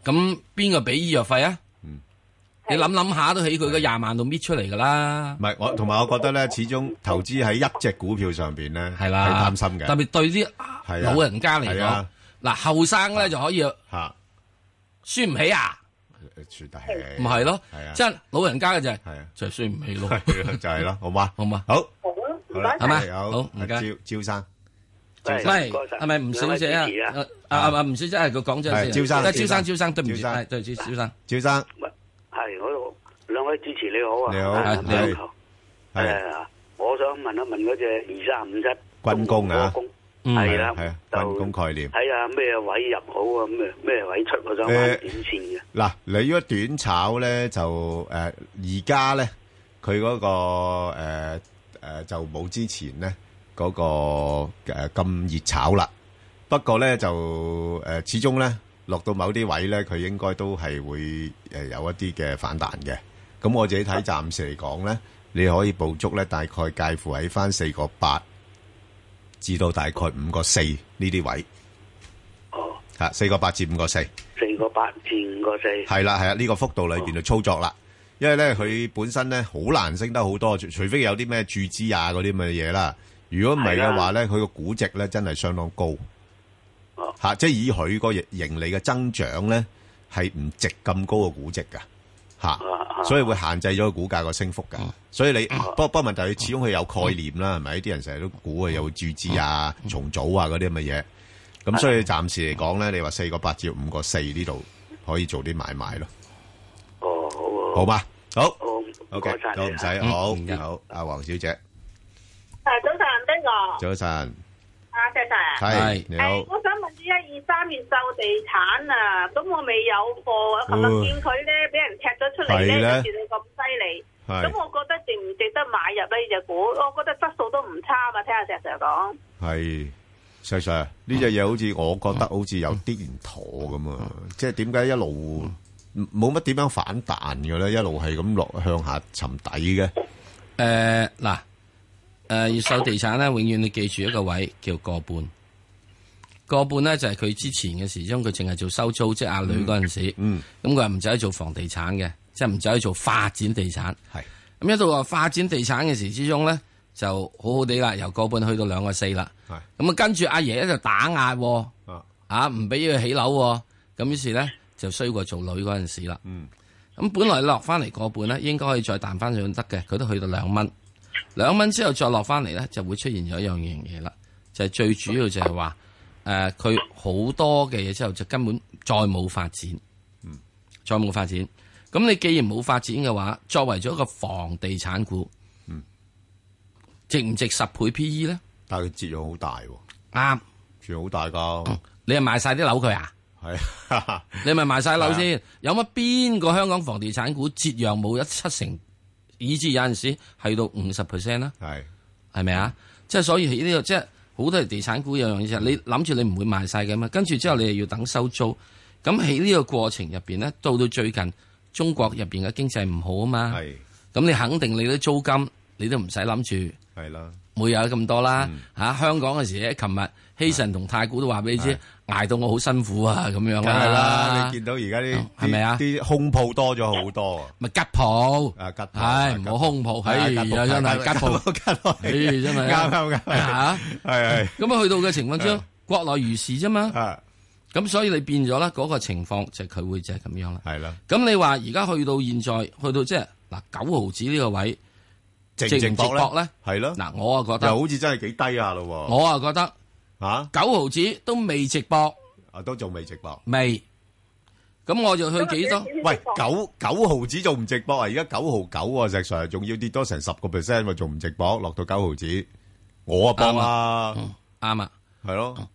咁邊個俾醫藥費啊？
嗯
你諗諗下都起佢個廿萬度搣出嚟㗎啦
唔。係我同埋我覺得咧，始終投資喺一隻股票上邊咧，係
啦
係擔心嘅，
啊特別對啲
係啊
老人家嚟
係
講
啊，
嗱後生咧就可以
嚇
輸唔起啊，
誒輸呃得起，
唔係咯
係啊，
即係老人家嘅就係
係啊，
就係輸唔起咯，
[laughs] 就係咯，好嘛，
[laughs] 好嘛，
好，
好啊，唔
好
該
啦，
晒
係嘛
好，
好唔該
阿招招生，
喂，係咪吳小姐啊？啊，啊，吳小姐，係，佢講咗
係，
先。
招生，
啊，招
招生。
生，招生，對唔住，
招生。
係，對唔住，招生。
招生
系我度兩位主持你好啊，
你好
啊
你
兩
好
球誒，我想問一問嗰只二三五七
軍工啊，
嗯係啦
係啊，軍工概念。
睇下咩位入好啊，咩咩位出，我想買
誒
短線嘅。
嗱，你如果短炒咧，就誒呃而家咧，佢嗰、個誒、呃呃就冇之前咧嗰、個呃咁熱炒啦。不過咧就誒、呃始終咧落到某啲位咧，佢應該都係會誒有一啲嘅反彈嘅。咁我自己睇暫時嚟講咧，你可以捕捉咧大概介乎喺翻四個八至到大概五個四呢啲位。
哦，
嚇四個八至五個四。
四個八至五個四，
系啦，系啊啦，呢、個幅度裏边就操作啦。因為咧，佢本身咧好難升得好多，除除非有啲咩注資啊嗰啲咁嘅嘢啦。如果唔係
係
嘅
啊
話咧，佢個估值咧真係相當高。吓、即係以佢個盈利嘅增長咧，係唔值咁高嘅估值噶吓、所以會限制咗個股價個升幅噶。
嗯
所以你不過不過問題，佢始終佢有概念啦，係咪？啲人成日都估佢有注資啊、
嗯
重組啊嗰啲咁嘅嘢。咁所以暫時嚟講咧，你話四個八至五個四呢度可以做啲買賣咯。
哦，好啊，
好嘛？好
好
，OK，
唔該晒你啊
好唔使，
嗯
好
唔該
好，阿黃小姐，
誒，啊早晨，邊個？
早晨，
阿 Sir
係你好
誒，我想問呢一二三越秀地產啊，咁我未有貨，啊琴日見佢咧俾人踢咗出嚟
哦係
咧，
咧
跟住你咁犀利，
係
咁我覺得值唔值得買入呢只股？我覺得質素都唔差嘛，聽阿 Sir Sir 講。
係石
啊
Sir，呢隻嘢好似我覺得好似有啲唔妥咁啊！即係點解一路冇乜點樣反彈嘅咧？一路係咁落向下沉底嘅。
誒呃嗱，誒越秀地產咧，永遠你記住一個位叫個半，個半咧就係佢之前嘅時鐘，佢淨係做收租，即係阿女嗰陣時，咁佢係唔走去做房地產嘅，即係唔走去做發展地產。
係
咁一到話發展地產嘅時之中咧，就好好地啦，由個半去到兩個四啦。
係
咁啊，跟住阿爺咧就打壓喎
啊，
啊唔俾佢起樓喎，咁於是咧就衰過做女嗰陣時啦。咁本來落翻嚟個半咧，應該可以再彈翻上得嘅，佢都去到兩蚊，兩蚊之後再落翻嚟咧，就會出現咗一樣嘢啦，就係、最主要就係話誒，佢、好多嘅嘢之後就根本再冇發展，
嗯，
再冇發展。咁你既然冇發展嘅話，作為咗一個房地產股，
嗯，
值唔值十倍 P E 咧？
但係佢折讓好大喎，
啱，
折讓好大㗎。
你係賣晒啲樓佢啊？
係，
[laughs]
啊
你咪賣晒樓先，有乜邊個香港房地產股折讓冇一七成，以至有陣時係到五十 percent 啦？
係
係咪啊？即係所以喺呢度即係好多地產股有樣嘢就係你諗住你唔會賣晒嘅嘛，跟住之後你又要等收租。咁喺呢個過程入邊咧，到到最近中國入邊嘅經濟唔好啊嘛，咁你肯定你啲租金你都唔使諗住。
係啦，嗯
冇有咁多啦嚇、香港嘅時咧，琴日希慎同太古都話俾你知，捱到我好辛苦啊咁
梗
樣啦。
係啦，你見到而家啲
係咪啊
啲啲空鋪多咗好多啊！
咪吉抱
啊吉抱
唉唔好空抱，
係
唉
吉
真
抱
係
吉
吉
抱
抱
吉抱
唉真係啊
啱啱啱
嚇
係係啊
咁啊去到嘅情況之下，國內如是啫嘛，咁所以你變咗咧，嗰個情況就係佢會就係咁樣啦。
係啦。
咁你話而家去到現在，去到即係嗱九毫子呢個位，
值唔值博咧
咧？
係咯。
嗱，我啊覺得
又好似真係幾低下咯喎。
我啊覺得
嚇
九毫子都未直播，
啊都仲未直播。
未。咁我就去幾多？
喂，九九毫子仲唔直播啊？而家九毫九喎，石 Sir 仲要跌多成十個 percent 喎，仲唔直播？落到九毫子，我啊幫啦，
啱啊，
係咯，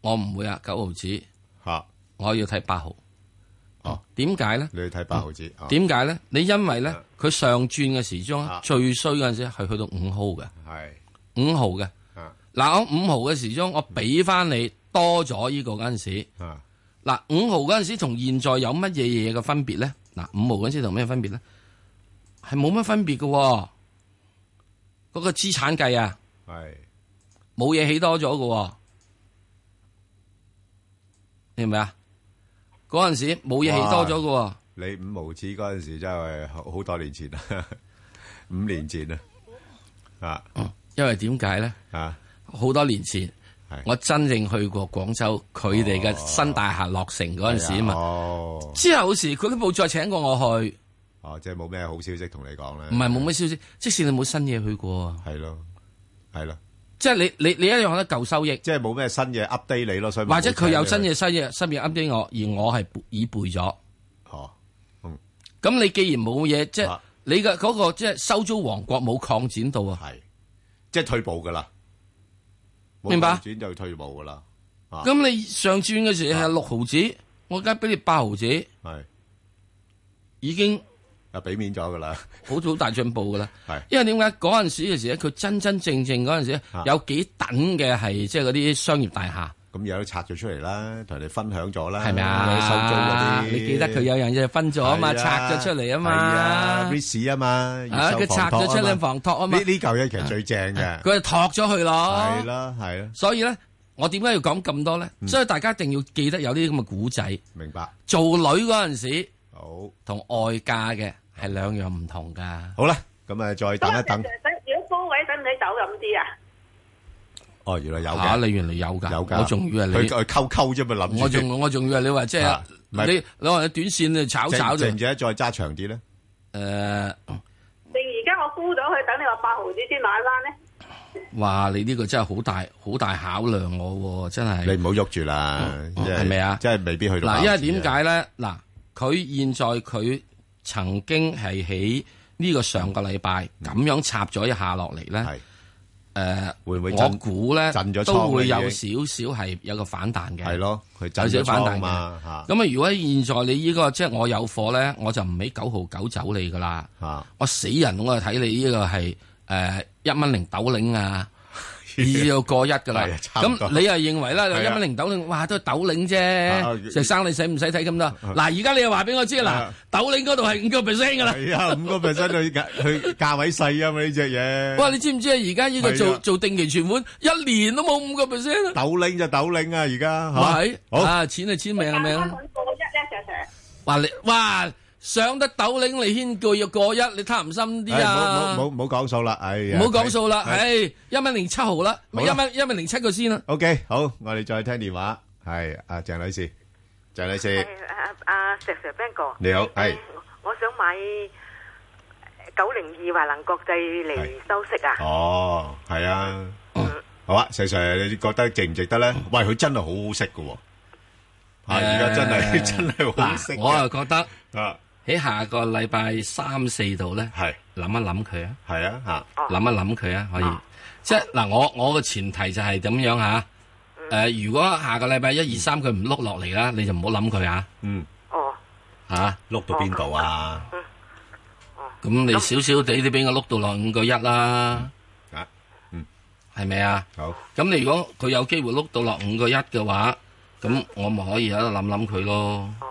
我唔會啊，九毫子
嚇，
我要睇八毫。哦，點解咧？
你要睇八毫子。啊
點解咧？你因為咧，佢上轉嘅時鐘呢最衰嗰陣時係去到五毫嘅，
係
五毫嘅。
啊
嗱，我五毫嘅時鐘，我俾翻你多咗呢個嗰陣時。
啊
嗱，五毫嗰陣時同現在有乜嘢嘢嘅分別咧？嗱，五毫嗰陣時同咩分別咧？係冇乜分別嘅喎，嗰個資產計啊，
係
冇嘢起多咗嘅喎，你明唔明啊？嗰陣時冇嘢起多咗嘅喎。
你五毫子嗰陣時真係好好多年 [laughs] 前啦，五年前啊，啊，
因為呃點解咧？
啊，
好多年前，我真正去過廣州，佢哋嘅新大廈落成嗰陣時啊嘛。
哦，
之後時佢都冇再請過我去，
哦，即係冇咩好消息同你講咧，
唔係冇乜消息，即使你冇新嘢去過啊。
嗯係咯，係咯，
即係你你你一樣得舊收益，
即係冇咩新嘢 update 你咯，所以咪
或者佢有新
冇請你
嘢新嘢新嘢 update 我，而我係背已背咗。
哦，嗯，啊
咁你既然冇嘢，即係你嘅嗰個即係收租王國冇擴展到啊。
係，即係退步噶啦，冇
明白
轉就退步噶啦，啊
咁你上轉嘅時係六毫子，我而家俾你八毫子，
係
已經
啊俾面咗噶啦，
好好大進步噶啦。
係
因為點解嗰陣時嘅時咧，佢真真正正嗰陣時呢
啊
有幾等嘅係即係嗰啲商業大廈，
咁有啲拆咗出嚟啦，同人哋分享咗啦，
係咪啊？
有啲收租嗰啲，
你記得佢有樣嘢分咗啊嘛，
係啊
拆咗出嚟
係
啊
啊
嘛，
，risk 啊嘛，
啊
越秀
佢拆咗
房託啊嘛
出嚟房託啊嘛
呢呢嚿嘢其實最正嘅，
佢係托咗去咯。
啊係啦係啦，嗯
所以咧，我點解要講咁多咧？所以大家一定要記得有呢啲咁嘅古仔。
明白。
做女嗰陣時，
好
同外嫁嘅係兩樣唔同噶。
好啦，咁啊再等一等，
如果高位使唔使走咁啲啊？
哦原來有
嚇
嘅，
你原來有㗎，
有㗎，
我仲以為你
佢佢溝溝啫嘛諗住，
我仲我仲以為你話即係
啊唔係
你你話你短線你炒炒
值
啫
唔。值得再揸長啲咧？
誒，
定而家我沽咗佢，等你話八毫子先買翻咧？
哇！你呢個真係好大好大考量我喎，真係。
你唔好喐住啦，係咪啊？即係未必去到
嗱，因為點
爆
解咧？嗱，佢現在佢曾經係喺呢個上個禮拜
嗯
咁樣插咗一下落嚟咧，誒，
會唔會
我
震
估咧
震咗倉啊
都會有
啦已
少少係有個反彈嘅，
係咯佢震
有少少
咗
反
倉
彈
嘛
嘅。
嚇
咁啊，如果現在你呢個即係我有貨咧，我就唔俾九毫九走你噶啦，我死人我就睇你呢個係誒一蚊零豆領
[laughs]
啊！二要過一噶啦
係啊，差唔多
咁你又認為啦，
係啊
一蚊零豆領，哇都係豆領
啊
啫，石生你使唔使睇咁
啊
多？嗱，而家你又話俾我知啦，嗱豆領嗰度係五個 percent 噶啦，
係啊，五個 percent 佢價佢價位細啊嘛呢只嘢。
哇！你知唔知啊？而家呢個
係
做
啊
做定期存款一年都冇五個 percent 啊！
斗領就斗領啊，而家嚇
咪
好
啊，錢係錢命係命啊！
過一咧，石 Sir。
哇你哇上得豆領你牽句要過一，你貪唔心啲
唉，冇-
啊！
冇-冇-冇講數啦，哎呀，
唔好講數啦，
係，
唉，一蚊零七毫啦，咪
好
一
啦
蚊一蚊零七個先啦。
OK，好，我哋再聽電話，係，阿鄭女士，鄭女士，
阿阿石 Sir Ben 哥，
你好，係，
我想買九零二華能國際嚟收息啊。
哦，係啊，好啊，石Sir，你覺得值唔值得呢？喂，佢真係好好食㗎喎，嚇，而家真係， [laughs]
誒，
真係好好食嘅，
嗱我又覺得
啊
喺下個禮拜三四度咧，
係
諗一諗佢啊，
係啊嚇，
諗一諗佢啊，可以。即係嗱，我我嘅前提就係咁樣吓。誒、如果下個禮拜一二三佢唔碌落嚟啦，你就唔好諗佢啊。
嗯。
哦。
吓，
碌到邊度啊？哦
咁你少少地都俾我碌到落五個一啦。
啊，嗯，
係咪啊？
好。
咁你如果佢有機會碌到落五個一嘅話，咁我咪可以喺度諗諗佢咯。哦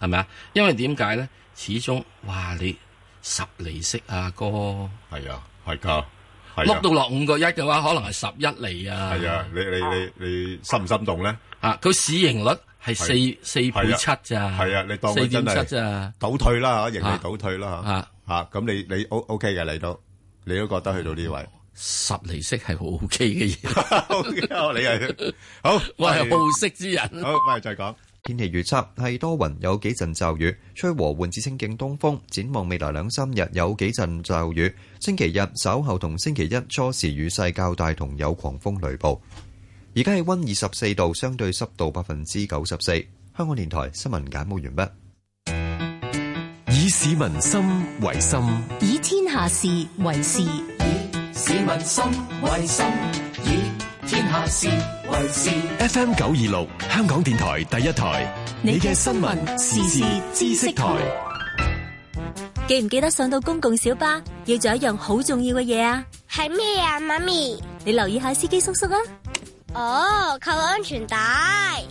係咪啊？因為點解咧？始終哇，你十厘息啊，哥。
係啊，係㗎，係啊。
碌到落五個一嘅話，可能係十一厘啊。
係啊，你-你-你-你心唔心動呢？
係四四倍七咋？
係啊，係啊，你當佢
四
真
點
係
七咋？
倒退啦，嚇，盈利倒退啦，嚇。嚇，咁你-你 O- OK嘅，你都-你都覺得去到呢位。
十厘息係好 OK 嘅嘢。
[laughs] 你係好，
我係好色之人。
好，翻嚟再講。
天氣預測係多雲，有幾陣驟雨，吹和緩至清勁東風。展望未來兩三日有幾陣驟雨，星期日稍後同星期一初時雨勢較大，同有狂風雷暴。而家氣温二十四度，相對濕度百分之九十四。香港電台新聞簡報完畢。
以市民心為心，
以天下事為事，
市民心為心，以天下事為事。
FM 九二六，香港電台第一台，你嘅新聞時事知識台。
記唔記得上到公共小巴，要做一樣好重要嘅嘢啊？
係咩啊，媽咪？
你留意下司機叔叔啊！
哦，扣安全帶。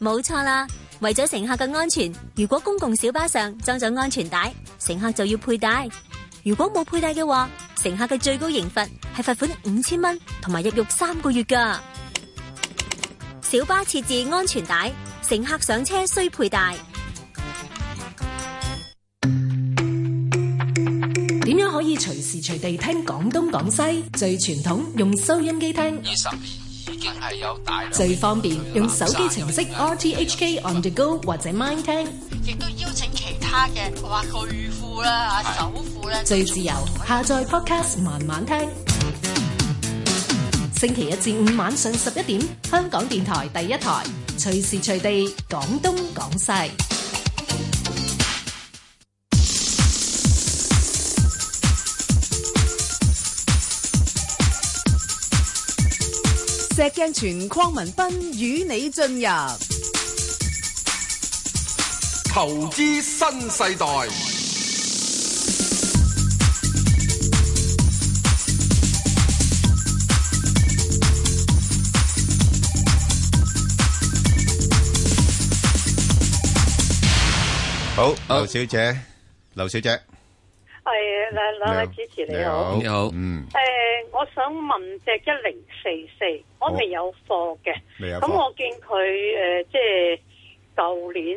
冇錯啦，為咗乘客嘅安全，如果公共小巴上裝咗安全帶，乘客就要佩戴。如果冇佩戴嘅話，乘客嘅最高刑罰係罰款五千蚊，同埋入獄三個月㗎。小巴設置安全帶，乘客上車需佩戴。
點樣可以隨時隨地聽廣東廣西最傳統用收音機聽，
二十年已經係有大量
最方便用手機程式 RTHK on the go 或者 Mind 聽，
亦都邀請其他嘅話巨富啦、啊首富啦，
最自由下載 podcast 慢慢聽。星期一至五晚上十一點，香港電台第一台，隨時隨地廣東廣西。
石鏡泉鄺民彬與你進入
投資新世代，
好，劉小姐，劉小姐，
係兩兩位主持你好，
你好，嗯，
誒、我想問隻一零四四，我
好
未有貨嘅，
未有貨
咁我見佢誒、即係舊年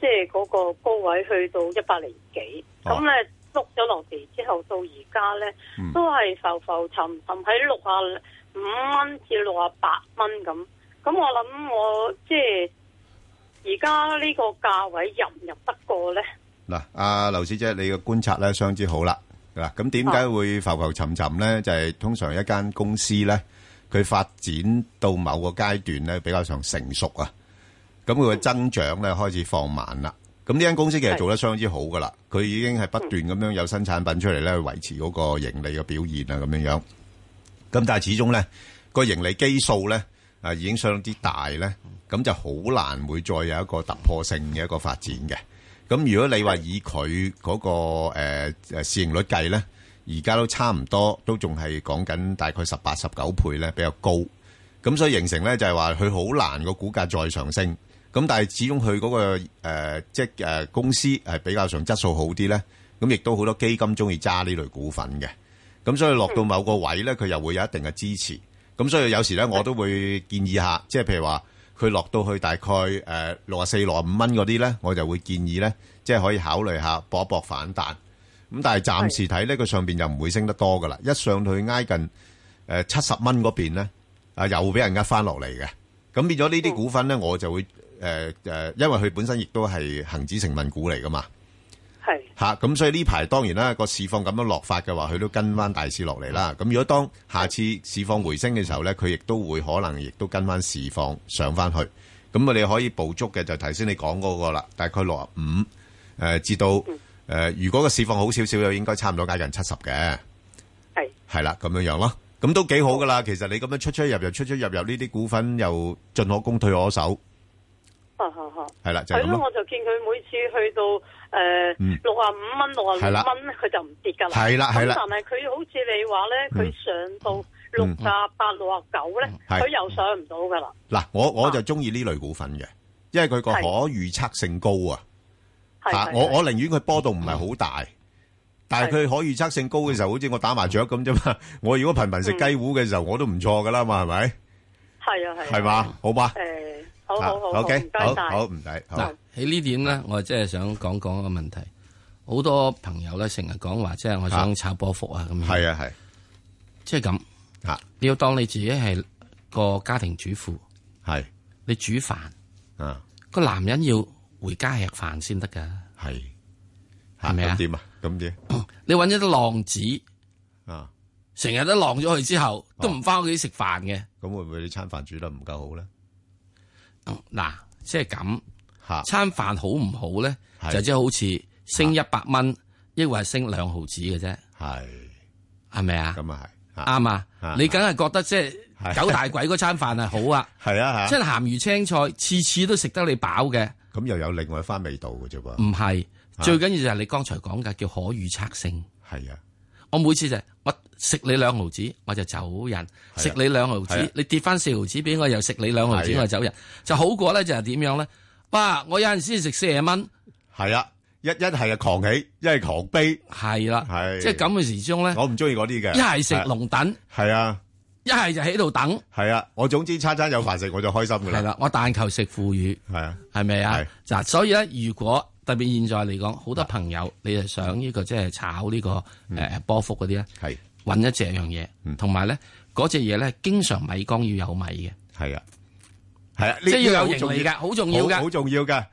即係嗰個高位去到一百零幾，
哦
咁咧碌咗落嚟之後，到而家咧
嗯
都係浮浮沉沉喺六啊五蚊至六啊八蚊咁，咁我諗我即係而家呢個價位入唔入得過咧？
嗱，阿劉小姐，你嘅觀察咧相之好啦。嗱，咁點解會浮浮沉沉咧？就係通常一間公司咧，佢發展到某個階段咧比較上成熟啊，咁佢嘅增長咧開始放慢啦。咁呢間公司其實做得相之好噶啦，佢已經係不斷咁樣有新產品出嚟咧，去維持嗰個盈利嘅表現啊，咁樣樣。咁但係始終咧個盈利基數咧啊已經相當之大咧，咁就好難會再有一個突破性嘅一個發展嘅。咁如果你話以佢嗰、個誒、呃、誒市盈率計咧，而家都差唔多，都仲係講緊大概十八十九倍咧，比較高。咁所以形成咧就係話佢好難個股價再上升。咁但係始終佢嗰、個、呃、即係、呃、公司係比較上質素好啲咧，咁亦都好多基金中意揸呢類股份嘅。咁所以落到某個位咧，佢又會有一定嘅支持。咁所以有時咧，我都會建議下，即係譬如話佢落到去大概誒六啊四、六啊五蚊嗰啲咧，我就會建議咧，即係可以考慮下搏一搏反彈。咁但係暫時睇咧，佢上邊又唔會升得多噶啦，一上去挨近誒七十蚊嗰邊咧，啊又俾人呃翻落嚟嘅。咁變咗呢啲股份咧，我就會誒誒、呃因為佢本身亦都係恒指成分股嚟噶嘛。
係
吓，咁所以呢排當然啦，個市況咁樣落法嘅話，佢都跟翻大市落嚟啦。咁如果當下次市況回升嘅時候咧，佢亦都會可能亦都跟翻市況上翻去。咁我哋可以捕捉嘅就係頭先你講嗰個啦，大概六啊五誒至到誒、
嗯
呃如果個市況好少少，又應該差唔多接近七十嘅。
係
係啦，咁樣樣咯，咁都幾好噶啦。其實你咁樣出出入入、出出入入呢啲股份又進可攻退可守，
啊哈哈。
係啦，就係
係
咁
咯，
咯。
我就見佢每次去到誒
嗯
六啊五蚊、六啊
係啦
六蚊咧，佢就唔跌㗎啦。
係啦係啦
咁但係佢好似你話咧，
嗯
佢上到六啊八、六啊九咧，
係
佢又上唔到㗎啦。
嗱，我我就中意呢類股份嘅，因為佢個可
啊係
預測性高啊。
係
啊
係
我
係
我寧願佢波動唔係好大，但係佢可預測性高嘅時候，好似我打麻雀咁啫嘛。 [laughs] 我如果頻頻食雞糊嘅時候，我都唔錯噶啦嘛，係咪？
係啊係啊。
係嘛好吧
誒，好好好
啊，OK，
唔該晒
好好唔使好
嗱，喺呢點咧，我真係想講講一個問題。好多朋友咧成日講話，即係我想炒波幅啊咁樣。
係啊係。啊
即係咁。
吓，
你要當你自己係個家庭主婦，
係
你煮飯，
啊，
個男人要回家吃飯先得㗎。
係
係咪啊
咁？點啊？咁點？
你揾咗啲浪子
啊，
成日都浪咗去之後，都唔翻屋企食飯嘅。
咁會唔會你餐飯煮得唔夠好咧？
嗯嗱，即係咁
吓，
餐飯好唔好咧？
係
就即係好似升一百蚊，抑或係升兩毫子嘅啫。
係
係咪啊？
咁啊係
啱啊！你梗係覺得即
係
係
[laughs]
九大鬼嗰餐飯係好啊？
係啊係啊
即係鹹魚青菜，次次都食得你飽嘅。
咁又有另外一番味道嘅啫噃。
唔係，
啊
最緊要就係你剛才講嘅叫可預測性。
係啊，
我每次就係我食你兩毫子，我就走人；食你兩毫
啊係啊
子，你跌翻四毫子俾我，又食你兩毫子，
係啊
我就走人。就好過咧，就係點樣咧？哇！我有陣時食四十蚊，
係啊，一一係啊狂喜，一係狂悲，
係啦，
係
即係咁嘅時鐘咧，
我唔中意嗰啲嘅。
一係食龍躉，
係啊，
一係就喺度等。
係啊，我總之餐餐有飯食我就開心噶啦。
係啦，我但求食腐乳，
係啊，
係咪啊？嗱，所以咧，如果特別現在嚟講，好多朋
啊
友你係想呢個即係炒呢個誒波幅嗰啲咧，
嗯係嗯
揾一隻樣嘢，同埋咧嗰隻嘢咧，經常米缸要有米嘅，
係啊，係啊，呢
即係
呢
要
個
有盈
好重
利
要
㗎，好重要
好
㗎。
重要嘅。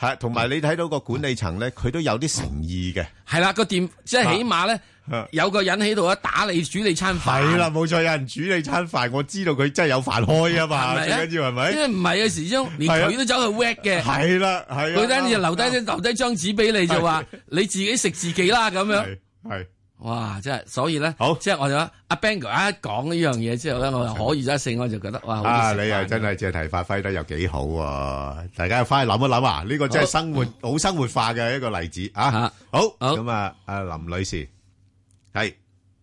係，同埋你睇到個管理層咧，佢都有啲誠意嘅。
係啦，個店即
啊
係起碼咧有個人喺度一啊打你煮你餐飯，
係啦，冇錯，有人煮你餐飯，我知道佢真係有飯開啊嘛，
係
最
咪啊
緊要係咪？
因為唔係嘅時鐘，連
係啊
佢都走去 w a c 嘅。
係啦係啊
佢跟住留低留低張紙俾你就話你自己食自己啦咁樣。
係
哇！真係，所以咧，好即係我就話阿 Bang 哥一講呢樣嘢之後咧，我就可以咗一性，我就覺得
啊！
哇，好
你
似食
又
飯
真係借題發揮得又幾好喎！大家翻去諗一諗啊！呢個真係生活好生活化嘅一個例子啊！好咁啊，阿林女士係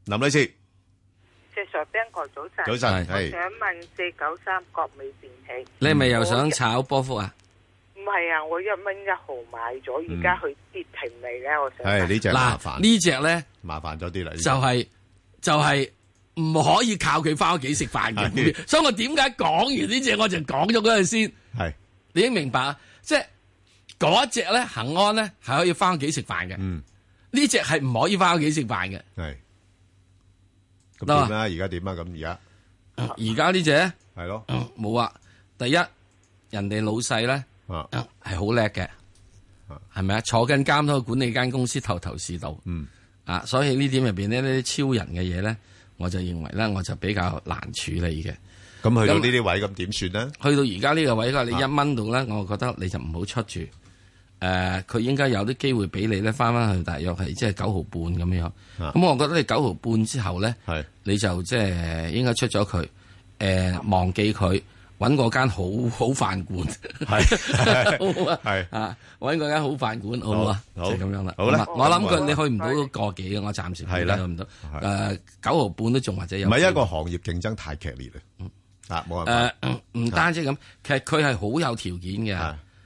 林女士，
石 Sir Ben 哥早晨，
早晨
我
係
想問四九三國美電器，
你係咪又
我
想炒波幅啊？
唔係啊？我一蚊一毫買咗，而家佢跌停未咧？我想
嗯係呢隻麻煩
嗱呢只咧
麻煩咗啲啦，
就係就係唔可以靠佢翻屋企食飯嘅股票，所以我點解講完呢只我就講咗嗰陣先，
係
你已經明白啊？即係嗰只咧恒安咧係可以翻屋企食飯嘅，
嗯，
呢只係唔可以翻屋企食飯嘅。
係咁點啊？而家點啊？咁而家
而家呢只
係咯，
冇啊！第一，人哋老細咧
啊
係好叻嘅，係咪啊？坐緊監都管理間公司頭頭是道，
嗯
啊，所以呢點入邊呢呢啲超人嘅嘢咧，我就認為咧，我就比較難處理嘅。
咁去到呢啲位咁點算咧？
去到而家呢個位啦，你
啊
一蚊度咧，我覺得你就唔好出住。誒、佢應該有啲機會俾你咧，翻翻去大約係即係九毫半咁樣。咁、
啊
我覺得你九毫半之後咧，你就即係應該出咗佢。誒、忘記佢，揾嗰間好好飯館。係 [laughs] 好啊，係啊，揾嗰間好飯館，好唔好啊？就
好
係咁樣啦。
好啦
咁啊我諗
咁
佢
啊
你去唔到個幾嘅，啊我暫時
係啦
去唔到。誒，九毫半都仲或者有
唔
機會。
係一個行業競爭太劇烈啦，啊冇辦法，
誒呃嗯唔單止咁，其實佢係好有條件嘅，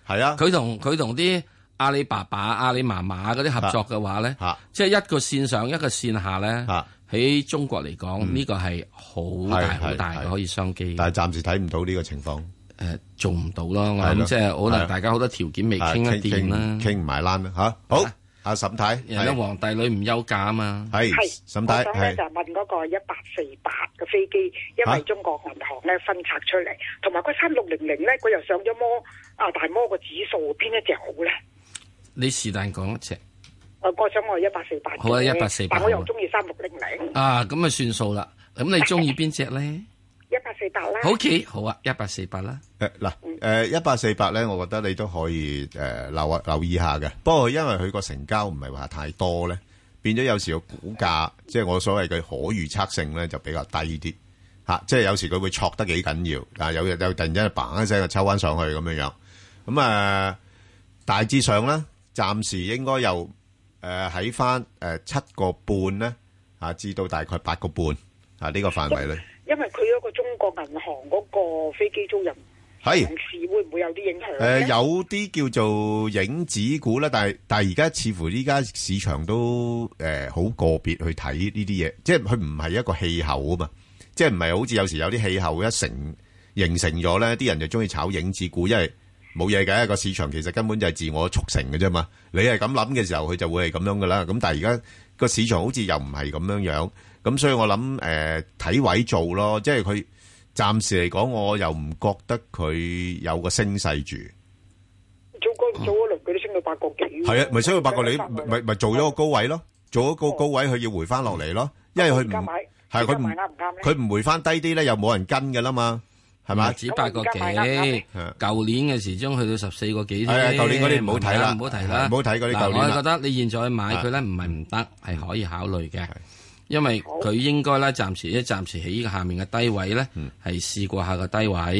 係啊，
佢同佢同啲阿里巴巴、阿里媽媽嗰啲合作嘅話咧，
啊
即係一個線上一個線下咧，喺中國嚟講
嗯
呢個係好大
係
好大
係
嘅可以商機。
但係暫時睇唔到呢個情況，
誒做唔到咯，我諗即係可能大家好多條件未傾得掂啦，
啊
啊
傾唔埋欄啦嚇。好，阿沈太，
人哋皇帝女唔休假啊嘛，
係
我想咧就問嗰個一八四八嘅飛機，因
啊
為中國銀行咧分拆出嚟，同埋嗰三六零零咧，佢又上咗摩啊大摩個指數，邊一隻好咧？
你是但講一隻
我我呃想我一八四八，
好啊1848
但我又中意三六零零
啊，咁啊算數啦。咁你中意邊隻咧？
一八四八啦。
好嘅，好啊，一八四八啦。
誒嗱誒一八四八咧，我覺得你都可以誒留啊留意下嘅。不過因為佢個成交唔係話太多咧，變咗有時個股價，即係我所謂嘅可預測性咧，就比較低啲嚇、即係有時佢會挫得幾緊要啊！有有突然間砰一聲就抽翻上去咁樣樣。咁啊、呃大致上咧，暫時應該由誒喺翻誒七個半咧啊，至到大概八個半啊呢、個範圍咧。
因為佢嗰個中國銀行嗰個飛機租賃
係
上市會唔會有啲影響
誒、
咧？
有啲叫做影子股啦，但係但係而家似乎依家市場都誒好、個別去睇呢啲嘢，即係佢唔係一個氣候啊嘛，即係唔係好似有時有啲氣候一成形成咗咧，啲人就中意炒影子股，因為冇嘢嘅個市場其實根本就係自我促成嘅啫嘛。你係咁諗嘅時候，佢就會係咁樣噶啦。咁但係而家個市場好似又唔係咁樣樣，咁所以我諗誒睇位做咯，即係佢暫時嚟講，我又唔覺得佢有個升勢住。
早嗰早嗰輪佢都升到八個幾。
係啊，咪所以發覺你咪咪做咗個高位咯，做咗個高位，佢要回翻落嚟咯，因為佢
而家
唔
買
係佢唔
而家買啱唔啱咧
佢唔回翻低啲咧，又冇人跟㗎啦嘛，係啊咪？
只八個幾，舊年嘅時鐘去到十四個幾
係啊
啫。
舊年嗰啲唔好睇啦
哎唔好睇啦，
唔好睇嗰啲舊年啦啊
嗱我覺得你現在買佢咧，唔係唔得，係可以考慮嘅。因為佢應該咧，暫時一暫時喺呢個下面嘅低位咧，
嗯
係試過下個低位，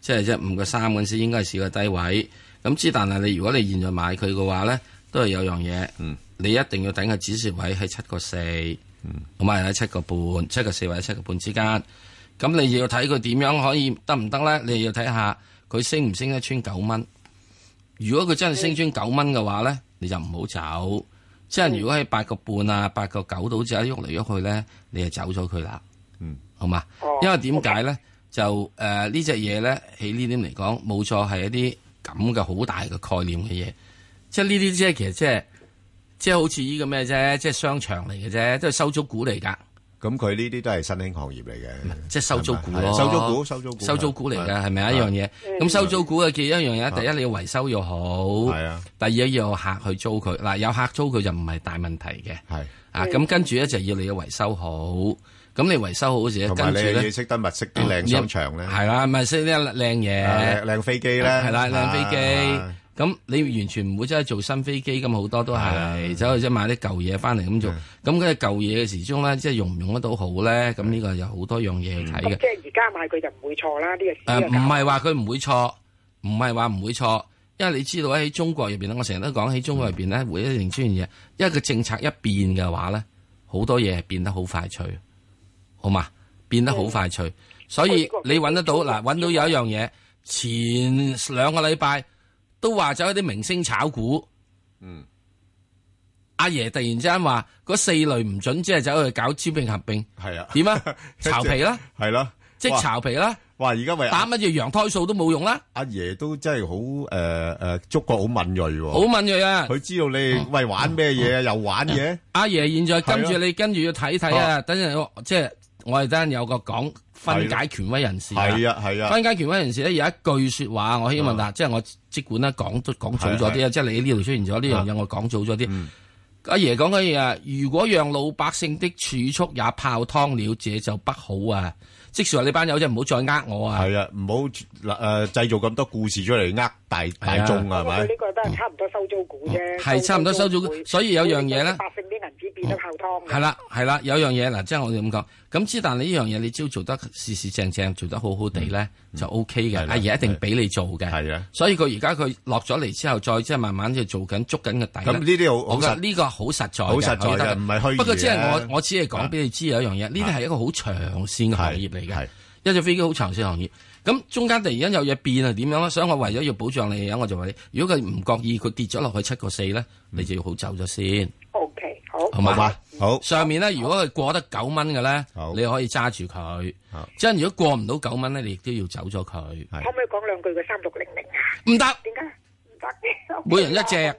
即係即係五個三嗰陣時應該係試過低位。咁之但係你如果你現在買佢嘅話咧，都係有樣嘢，
嗯
你一定要頂個指示位喺七個四，
嗯
同埋喺七個半、七個四或者七個半之間。咁你要睇佢點樣可以得唔得咧？你又要睇下佢升唔升得穿九蚊。如果佢真係升穿九蚊嘅話咧，你就唔好走。即係如果喺八個半啊、八個九度之後喐嚟喐去咧，你就走咗佢啦。嗯，好嘛？因為點解咧？就誒呢只嘢咧，喺呢點嚟講，冇錯係一啲咁嘅好大嘅概念嘅嘢。即係呢啲即係其實即係即係好似呢個咩啫，即係商場嚟嘅啫，都係收租股嚟㗎。
咁佢呢啲都係新興行業嚟嘅，
即係收租股
係咪
咯，
收租股，收租股，
收租股嚟嘅係咪啊
係
一樣嘢？
嗯
咁收租股嘅記一樣
係
嘢，第一你要維修又好，
啊係啊，
第二要有客去租佢，嗱有客租佢就唔係大問題嘅，
係嗯
啊，咁跟住咧就要你要維修好，咁你維修好時，
同
跟
埋
住
你
咧
要識得物色啲靚商場咧，
係啦，咪識啲靚嘢，啊
靚靚飛機咧，
係啦，靚飛機
啊。
咁你完全唔會真係做新飛機咁，好多都
啊
係走去即係買啲舊嘢翻嚟咁
嗯
做。咁嗰啲舊嘢嘅時鐘咧，即係用唔用得到好咧？咁呢個有好多樣嘢去睇嘅
咁。即係而家買佢就唔會錯啦，呢個
誒，
呢
呃啊唔
個價
係話佢唔會錯，唔係話唔會錯，因為你知道喺中國入邊咧，我成日都講喺中國入邊咧，會一定出現嘢，因為個政策一變嘅話咧，好多嘢係變得好快脆，好嘛？變得
嗯
好快脆，所以你揾得到嗱，揾到有一樣嘢，前兩個禮拜都話走一啲明星炒股，
嗯，
阿爺突然之間話嗰四類唔準，即係走去搞招聘合併，
係啊， [laughs]
點啊？巢皮啦，
係咯，
即巢皮啦，
哇！而家咪
打乜嘢羊胎素都冇用啦。
阿爺都真係好誒誒，觸覺好敏鋭喎，
好敏鋭啊！
佢知道你喂玩咩嘢啊，又玩嘢，
阿爺現在跟
係
住
啊哦
你，跟住要睇睇啊！等陣我即係我哋等陣有個講分解權威人士
係啊係啊嗯
分解權威人士咧有一句説話，我希望嗱，即係我即管咧講都講早咗啲
係嗯
啊！
係
即係你呢度出現咗呢樣嘢，我講早咗啲。啊阿爺講嘅嘢啊，如果讓老百姓的儲蓄也泡湯了，這就不好啊！即是話你班友仔唔好再呃我啊！
係啊，唔好嗱誒呃製造咁多故事出嚟呃大大眾啊係咪？
呢個都係差唔多收租股
哦
啫，
係差唔多收咗，所以有樣嘢咧。
百姓啲銀紙變得泡湯嘅。
係啦，係啦，有樣嘢嗱，即係我哋咁講，咁之但你呢樣嘢，你只要做得事事正正，做得好好地咧，就 O K 嘅。阿爺一定俾你做嘅，
嗯係啊。
所以佢而家佢落咗嚟之後，再即係慢慢就做緊捉緊個底啦。
咁呢啲好
我
好
覺得
實
呢個好實在嘅，
好實在嘅啊
我覺得
唔係虛擬
不過即係
嘅
我我只係講俾你知有一樣嘢，呢啲係一個好長線嘅行業嚟嘅，一隻飛機好長線行業。咁中間突然間有嘢變係點樣咧？所以我為咗要保障你嘅嘢，我就話你，如果佢唔覺意佢跌咗落去七個四咧，你就要好走咗先。
O K，好，
好嘛？好。上面咧，如果佢過得九蚊嘅咧，你可以揸住佢。即係如果過唔到九蚊咧，你亦都要走咗佢。
可唔可以講兩句嘅三六零零啊？
唔得，
點解唔得？
每人一隻。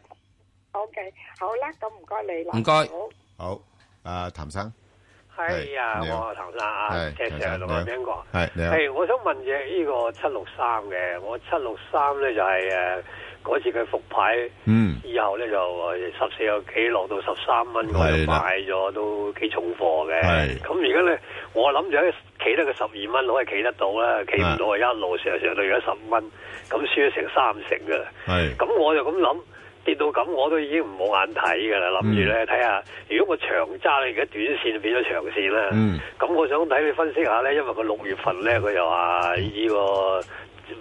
O K，好啦，咁唔該你啦。
唔該
好
好，阿譚生，
係啊，
你好
我譚生啊，
係譚
石 Sir
生
同埋
你好
Ben 哥，
係你好
係我想問嘅呢個七六三嘅，我七六三咧就係誒嗰次佢復牌
嗯，
以後咧就呃十四個幾落到十三蚊，我
係
就
啦
買咗都幾重貨嘅
係。
咁而家咧，我諗住喺企得個十二蚊可以企得到啦，企唔到啊一路上上到而家十蚊，咁輸咗成三成㗎啦。
係
咁我就咁諗，跌到咁我都已經唔冇眼睇㗎啦，諗住
嗯
咧睇下，如果我長揸咧，而家短線變咗長線啦。
嗯
咁我想睇你分析下咧，因為佢六月份咧，佢又話呢個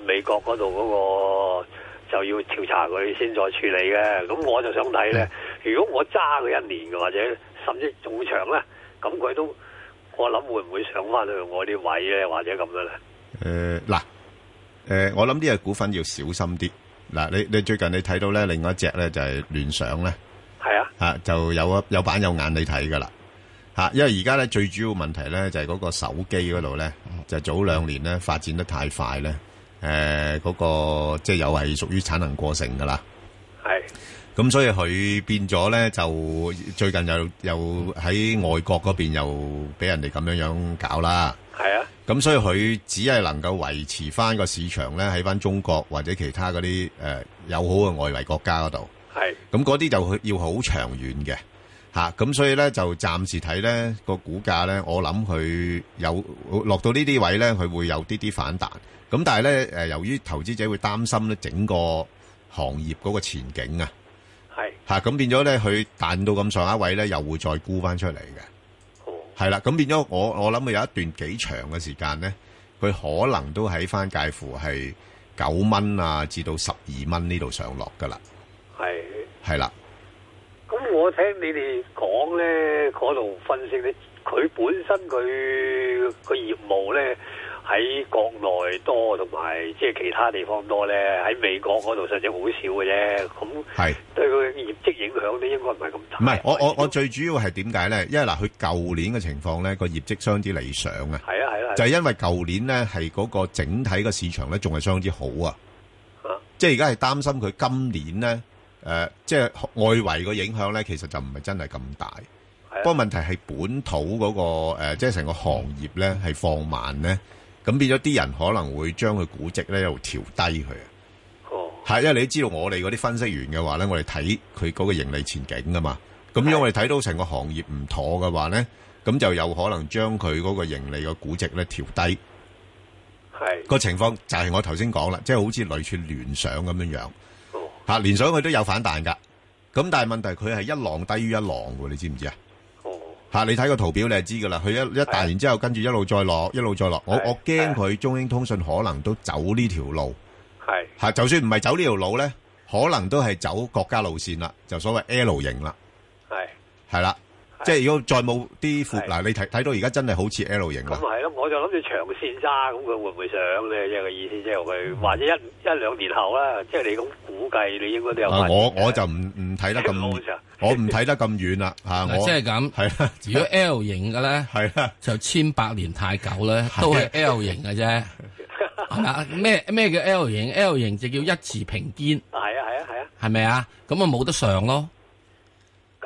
美國嗰度嗰個就要調查佢先再處理嘅。咁我就想睇咧，如果我揸佢一年嘅或者甚至仲長咧，咁佢都我諗會唔會上翻去我啲位咧，或者咁樣咧？
誒呃嗱，誒我諗呢隻股份要小心啲。嗱，你你最近你睇到咧，另外一隻咧就係聯想咧，
係啊，
啊就有有板有眼你睇噶啦，嚇，因為而家咧最主要問題咧就係嗰個手機嗰度咧，就早兩年咧發展得太快呃咧，誒嗰個即係又係屬於產能過剩噶啦。
係
咁所以佢變咗咧，就最近又又喺外國嗰邊又俾人哋咁樣樣搞啦。
係啊，
咁所以佢只係能夠維持翻個市場咧，喺翻中國或者其他嗰啲誒友好嘅外圍國家嗰度。
係
咁嗰啲就要好長遠嘅嚇。咁、所以咧就暫時睇咧個股價咧，我諗佢有落到呢啲位咧，佢會有啲啲反彈。咁但係咧誒，由於投資者會擔心咧整個行業嗰個前景啊。
係
吓，咁變咗咧，佢彈到咁上下位咧，又會再沽翻出嚟嘅。係啦，咁變咗我我諗佢有一段幾長嘅時間咧，佢可能都喺翻介乎係九蚊啊至到十二蚊呢度上落噶啦，
係。
係啦，
咁我聽你哋講咧，嗰度分析咧，佢本身佢個業務咧喺國內多，同埋即係其他地方多咧，喺美國嗰度實際好少嘅啫。咁
係
對佢業績影響咧，應該唔係咁大。
唔係？我
[laughs]
我我最主要係點解咧？因為嗱，佢舊年嘅情況咧，個業績相之理想啊。
係啊係啊，
就係因為舊年咧係嗰個整體嘅市場咧仲係相之好啊，
啊
即係而家係擔心佢今年咧誒、呃即係外圍個影響咧，其實就唔係真係咁大。
啊
不過問題係本土嗰、個、呃、即係成個行業咧係放慢咧，咁變咗啲人可能會將佢估值咧又調低佢。啊
哦，
係因為你知道我哋嗰啲分析員嘅話咧，我哋睇佢嗰個盈利前景噶嘛。咁因為我哋睇到成個行業唔妥嘅話咧，咁就有可能將佢嗰個盈利嘅估值咧調低。
係
個情況就係我頭先講啦，即係好似類似聯想咁樣樣。嚇、聯想佢都有反彈㗎。咁但係問題佢係一浪低於一浪喎，你知唔知啊？嚇、你睇個圖表你係啊知㗎啦，佢一一彈完之後，跟住一路再落，一路再落。我我驚佢中英通訊可能都走呢條路。
係
嚇，就算唔係走呢條路咧，可能都係走國家路線啦，就所謂 L 型啦，
係。
係啦。即係如果再冇啲闊嗱，你睇睇到而家真係好似 L 型
咁
啦。
係咯，我就諗住長線揸，咁佢會唔會上咧？即係個意思，即係佢或者一一兩年後啦，即係你咁估計，你應該都有
啊
發展嘅。
我我就唔唔睇得 [laughs] 咁，我唔睇得咁遠啦嚇。
嗱
我
即係咁，
係啦。
如果 L 型嘅咧，
係啦，
就千百年太久咧，都係 L 型嘅啫。係嘛？咩咩叫 L 型？L 型就叫一字平肩，
係啊係啊係啊，
係咪啊？咁啊冇得上咯，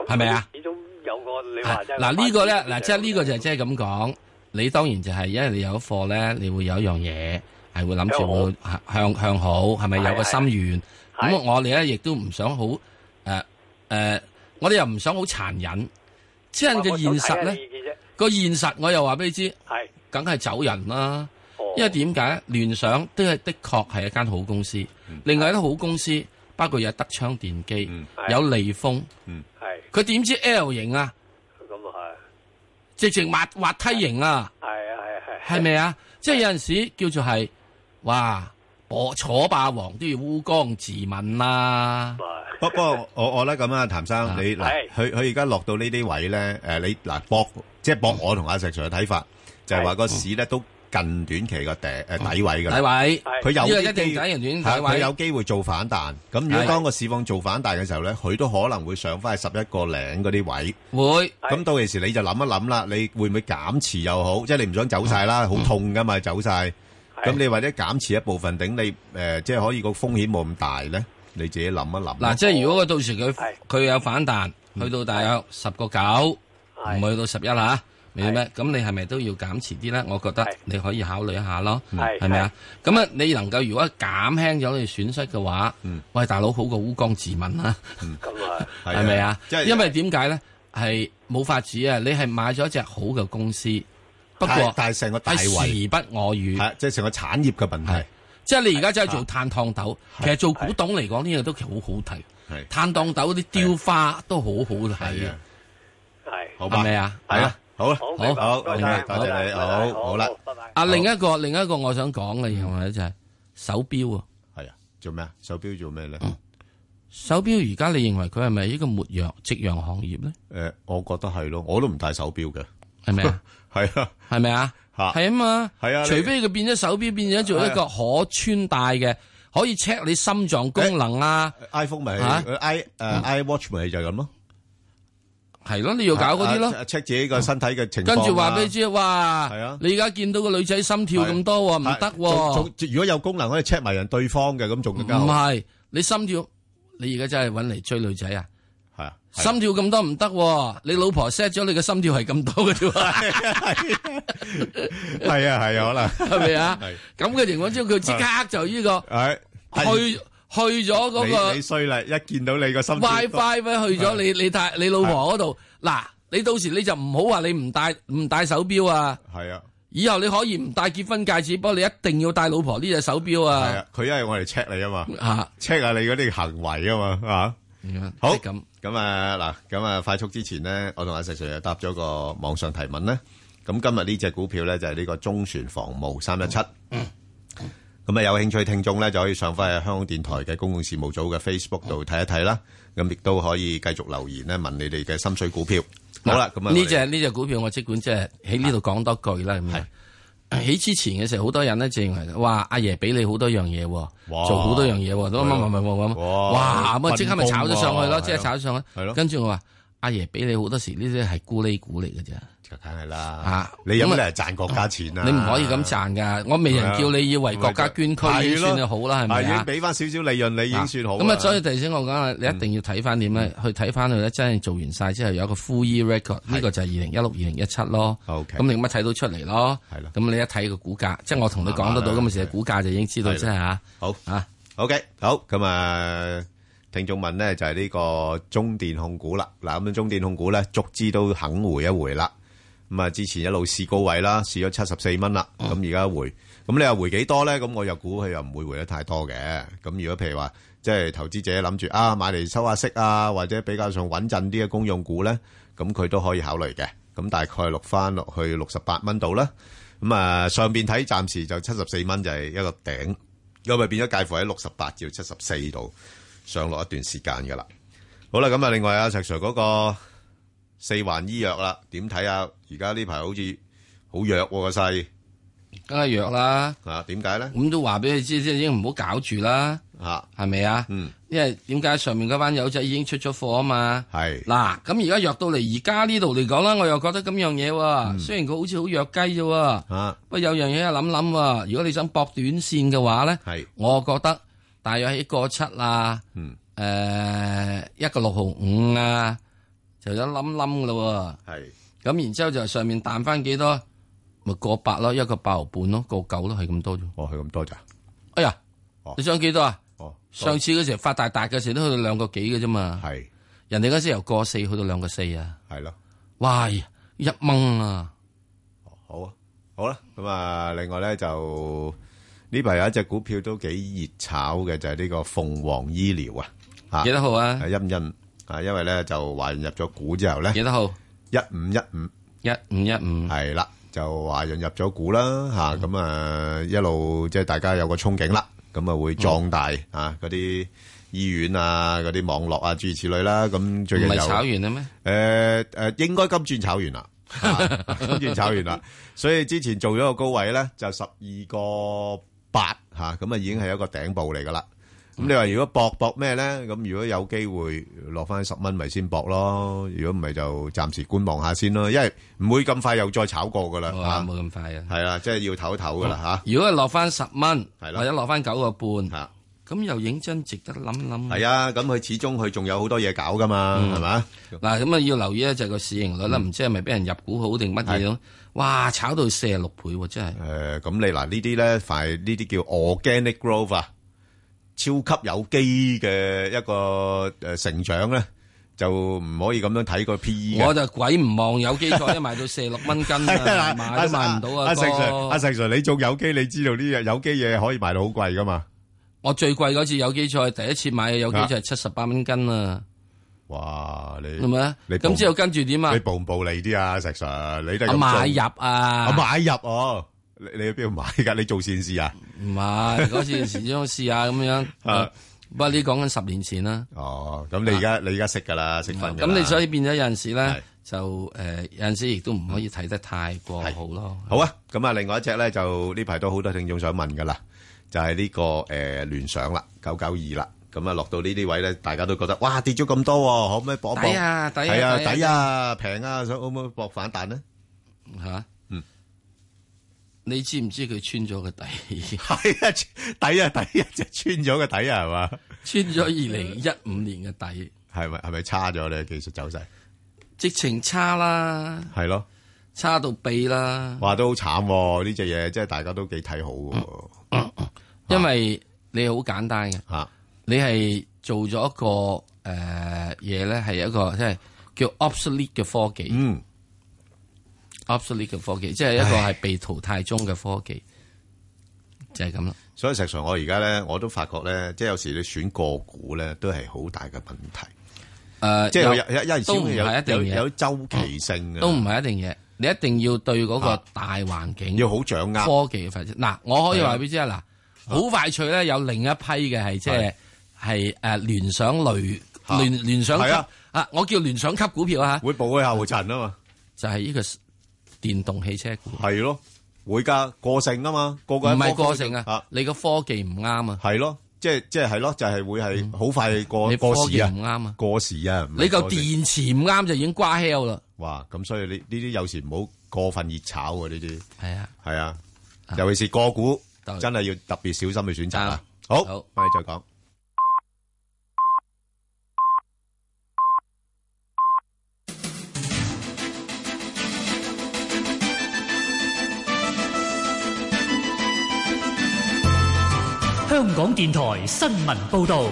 係咪啊？
始終有個
嗯
你話啊真係
嗱呢個咧，嗱即係呢個就係即係咁講，你當然就係因為你有貨咧，你會有一樣嘢係會諗住會向向好，係咪有個心願？咁我哋咧亦都唔想好誒誒，我哋又唔想好殘忍，即係個現實
我想睇下你意
咧
見啫，
個現實我又話俾你知，
係哦
梗係走人啦。因為點解聯想都係的確係一間好公司，另外一間好公司包括有德昌電機、有利豐，
係
佢點知 L 型啊？
咁啊
直情滑滑梯型啊，
係係啊係係
係咪啊？即係有陣時叫做係，哇！我楚霸王都要烏江自刎啦、
不不過我我咧咁啊，譚生你嗱
係，
佢佢而家落到呢啲位咧，誒你嗱博即係博我同阿石 Sir 嘅睇法，就係話個市咧都近短期個底誒底位㗎啦。
哦底位
佢有
呢
啲
個一定
機
底人短
係
底位
佢有機會做反彈。咁如果
係
當個市況做反彈嘅時候咧，佢都可能會上翻去十一個零嗰啲位。
會
咁到時你就諗一諗啦，你會唔會減持又好？即係你唔想走晒啦，好痛噶嘛，走晒。咁你或者減持一部分，頂你誒，即係可以個風險冇咁大咧。你自己諗一諗。
嗱，即係如果佢到時佢佢有反彈，去到大約十個九，唔去到十一啦，明唔明咩？咁你係咪都要減持啲咧？我覺得你可以考慮一下咯，
係
係咪啊？咁啊，你能夠如果減輕咗你損失嘅話，喂大佬好過烏江自刎啦，
咁
[laughs]
啊
係咪啊？因為點解咧？係冇法子啊！你係買咗一隻好嘅公司，不過
但係成個大
係時
圍
不我與，
係即係成個產業嘅問題。
即係你而家真係做炭燙豆，其實做古董嚟講呢樣都其實好好睇。炭燙豆啲雕花都好好睇嘅，
係
好吧
係咪啊？
係啦好啦好明
好
白好多謝 OK，多謝你好好好好啦拜拜
啊，
好
另一個另一個我想講嘅嘢咧就係手錶啊。嗯
係啊，做咩啊？手錶做咩咧？
手錶而家你認為佢係咪一個末陽夕陽行業咧？
誒，我覺得係咯，我都唔戴手錶嘅，
係
[laughs]
咪啊？
係啊，
係咪啊？
嚇，
係啊嘛，
係啊，
除
你
非佢變咗手錶，變咗做一
係啊
個可穿戴嘅，可以 check 你心臟功能啊。
iPhone 咪
嚇
i 誒
嗯
iWatch 咪就係咁咯。
係咯，你要搞嗰啲咯
啊，check Ờ, 自己個身體嘅情況啊。啊
跟住話俾你知，哇！你而家見到個女仔心跳咁多喎，唔
係
得
仲
喎。
仲如果有功能可以 check 埋人對方嘅，咁仲更加好
唔係，你心跳你而家真係揾嚟追女仔啊？
系啊，
心跳咁多唔得喎，你老婆 set 咗你嘅心跳係咁多嘅啫
啊
喎。
系啊，系啊，可能
係咪
[laughs]
啊
係
咁嘅情況之下，佢即
Ờ.
刻 [laughs] 就呢個
係
去去咗嗰個
你你衰啦！一見到你個心跳
WiFi 咧
Ờ.
去咗你你太你老婆嗰度。嗱，你到時你就唔好話你唔戴唔戴手錶啊。
係啊，
以後你可以唔戴結婚戒指，不過你一定要戴老婆呢隻手錶啊。
係啊，佢因為我哋 check 你啊嘛
啊嗯
，check 下你嗰啲行為啊嘛，啊，好咁咁啊嗱，咁啊快速之前咧，我同阿石 Sir 又答咗個網上提問咧。咁今日呢只股票咧就係呢個中船防務三一七。
哦
咁啊，有興趣聽眾咧就可以上翻去香港電台嘅公共事務組嘅 Facebook 度睇一睇啦。咁亦都可以繼續留言咧問你哋嘅心水股票。好啦，咁啊，
呢只呢只股票我即管即係喺呢度講多句啦。咁啊喺之前嘅時候，好多人咧就認為哇，阿爺俾你好多樣嘢喎，做好多樣嘢喎，咁啊咪咪咪咁，哇咁啊即刻咪炒咗上去咯，即係炒咗上去。
係咯
跟住我話阿爺俾你好多時呢啲係咕喱股嚟嘅啫。
梗係啦
啊，
你有
咁
咩
啊
嚟賺國家錢啊？
你唔可以咁賺㗎，我未人
啊
叫你要為國家捐軀已經算係好啦，係咪
已經
啊？
俾翻少少利潤你已經算好啦。
咁啊，所以頭先我講啊，你一定要睇翻點咧，去睇翻佢咧，真係做完晒之後有一個 full year record，呢個就係二零一六、二零一七咯。
OK
咁你咪睇到出嚟咯。係啦。咁你一睇個股價，即係我同你講得到咁嘅時候，股價就已經知道真係嚇。
好
啊，
好，咁，啊，聽眾問呢，就係呢個中電控股啦。嗱，咁樣中電控股呢，逐支都肯回一回啦。咁啊，之前一路試高位啦，試咗74蚊啦，咁而家回。咁你又回幾多呢？咁我又估佢又唔會回得太多嘅。咁如果譬如話，即係投資者諗住，啊，買嚟收下息啊，或者比較上穩陣啲嘅公用股呢，咁佢都可以考慮嘅。咁大概落返落去68蚊度啦。咁啊，上邊睇暫時就74蚊就係一個頂。咁咪變咗介乎喺六十八至七十四度上落一段時間㗎啦。好啦，咁啊，另外啊，石 Sir 嗰個四環醫藥啦，點睇啊？而家呢排好似好弱喎個勢
梗係弱啦。
啊？點解咧？
咁都話俾你知，即係已經唔好搞住啦。
啊，
係咪啊？
嗯，
因為點解上面嗰班友仔已經出咗貨啊嘛？
係
嗱，咁而家弱到嚟而家呢度嚟講啦，我又覺得咁樣嘢喎。雖然佢好似好弱雞啫喎，
嗯啊，
不過有樣嘢要諗諗喎。如果你想搏短線嘅話咧，
係，
我覺得大約喺一個七啦，
嗯，
誒一個六毫五啊，就有冧冧噶喎。
係，
咁然之後就上面彈翻幾多，咪過八咯，一個八毫半咯，過九咯，係咁多啫。
哦，係咁多咋？
哎呀，
哦
你想幾多啊？
哦，
上次嗰時候發大達嘅時候都去到兩個幾嘅啫嘛。
係，
人哋嗰時由個四去到兩個四啊。
係咯。
哇，一蚊啊！
好啊，好啦，咁啊，另外咧就呢排有一隻股票都幾熱炒嘅，就係、呢個鳳凰醫療啊，啊
幾多號啊？
係陰陰啊，因為咧就華潤入咗股之後咧，
幾多號？
一五一五，
一五一五，嗯
係啦，就華潤入咗股啦，吓咁啊一路即係大家有個憧憬啦，咁啊會壯大、啊嗰啲醫院啊、嗰啲網絡啊諸如此類啦，咁最近
唔係
有
炒完啦咩？
诶诶，誒應該金轉炒完啦，啊金轉炒完啦，所以之前做咗個高位咧，就十二個八吓，咁啊已經係一個頂部嚟噶啦。咁你話如果搏搏咩咧？咁如果有機會落翻十蚊，咪先搏咯。如果唔係就暫時觀望下先咯，因為唔會咁快又再炒過噶啦。
哇，冇咁快啊！
係啊，即係要唞一唞噶啦吓。
如果係落翻十蚊，
啦
或者落翻九個半，
咁
又認真值得諗諗。
係啊，咁佢始終佢仲有好多嘢搞噶嘛，
嗯
係嘛？
嗱咁啊要留意咧就係個市盈率啦，唔知係咪俾人入股好定乜嘢咯？哇，炒到四十六倍喎，真
誒、
係
咁你嗱呢啲咧，凡係呢啲叫 organic growth 啊，超級有機嘅一個誒、呃成長咧，就唔可以咁樣睇個 PE 嘅。
我就鬼唔望有
[laughs]
基礎，一賣到四十六蚊斤啊，買都買唔到啊！
阿石 Sir，
哥
阿石 Sir，你做有機，你知道呢樣有機嘢可以賣到好貴噶嘛？
我最貴嗰次有機菜，第一次買嘅有
啊
機菜七十八蚊斤啊！
哇，你
係咪啊
你
咁之後跟住點啊
你暴唔暴利啲啊，石 Sir？你都係咁
我買
做
入啊
我買入哦。你你去邊度買㗎？你做善事啊？
唔係嗰次時裝試下咁
[laughs]
樣，啊不過呢講緊十年前啦。啊
哦，咁你而家你而家識㗎啦，識分㗎啦。
咁你所以變咗有陣時咧，就誒有陣時亦都唔可以睇得太過好咯。
好啊，咁啊，另外一隻咧就呢排都好多聽眾想問噶啦，就係、呢、個誒、呃、聯想啦，九九二啦，咁啊落到呢啲位咧，大家都覺得哇跌咗咁多喎，可唔可以搏一搏？
抵啊抵啊
係
抵啊
[laughs] 抵啊，平啊，想可唔可以搏反彈咧？
嚇，
嗯，
你知唔知佢穿咗個底？
[laughs] 係啊，底啊底啊，就穿咗個底啊，係嘛？
穿咗二零一五年嘅底，
係咪係咪差咗咧？技術走勢
直情差啦，啊
係咯，
差到痹啦。
話都好慘喎，呢隻嘢即係大家都幾睇好
嗯
嘅喎。
因為你好簡單嘅，你係做咗一個誒嘢咧，係一個即係叫 obsolete 嘅科技。
嗯
，obsolete 嘅科技，即係一個係被淘汰中嘅科技，就係咁啦。
所以實上我而家咧，我都發覺咧，即係有時你選個股咧，都係好大嘅問題。
誒
即係有有有陣時
都唔係一定
有
嘢，
有周期性嘅，啊
都唔係一定嘢。你一定要對嗰個大環境
要好掌握
科技嘅發展。嗱，我可以話俾你知啊，嗱，好快脆咧有另一批嘅係即係係誒聯想類聯聯想級
係啊
啊，我叫聯想級股票啊，
會補佢後塵啊嘛，
就係呢個電動汽車股。
係咯，會㗎過剩啊嘛，個
唔
個人
係
科
過剩啊，你個科技唔啱啊。嗯
係咯，即係即係係咯，就係會係好快過
你科
過時
技
啊，
唔啱啊，
過時啊，唔係
你嚿
過時
電池唔啱就已經瓜啊 hell 啦。
哇！咁所以呢呢啲有時唔好過分熱炒喎，呢啲
係啊，
係啊，尤其是個股，真係要特別小心去選擇啊！好，我哋再講。
香港電台新聞報道，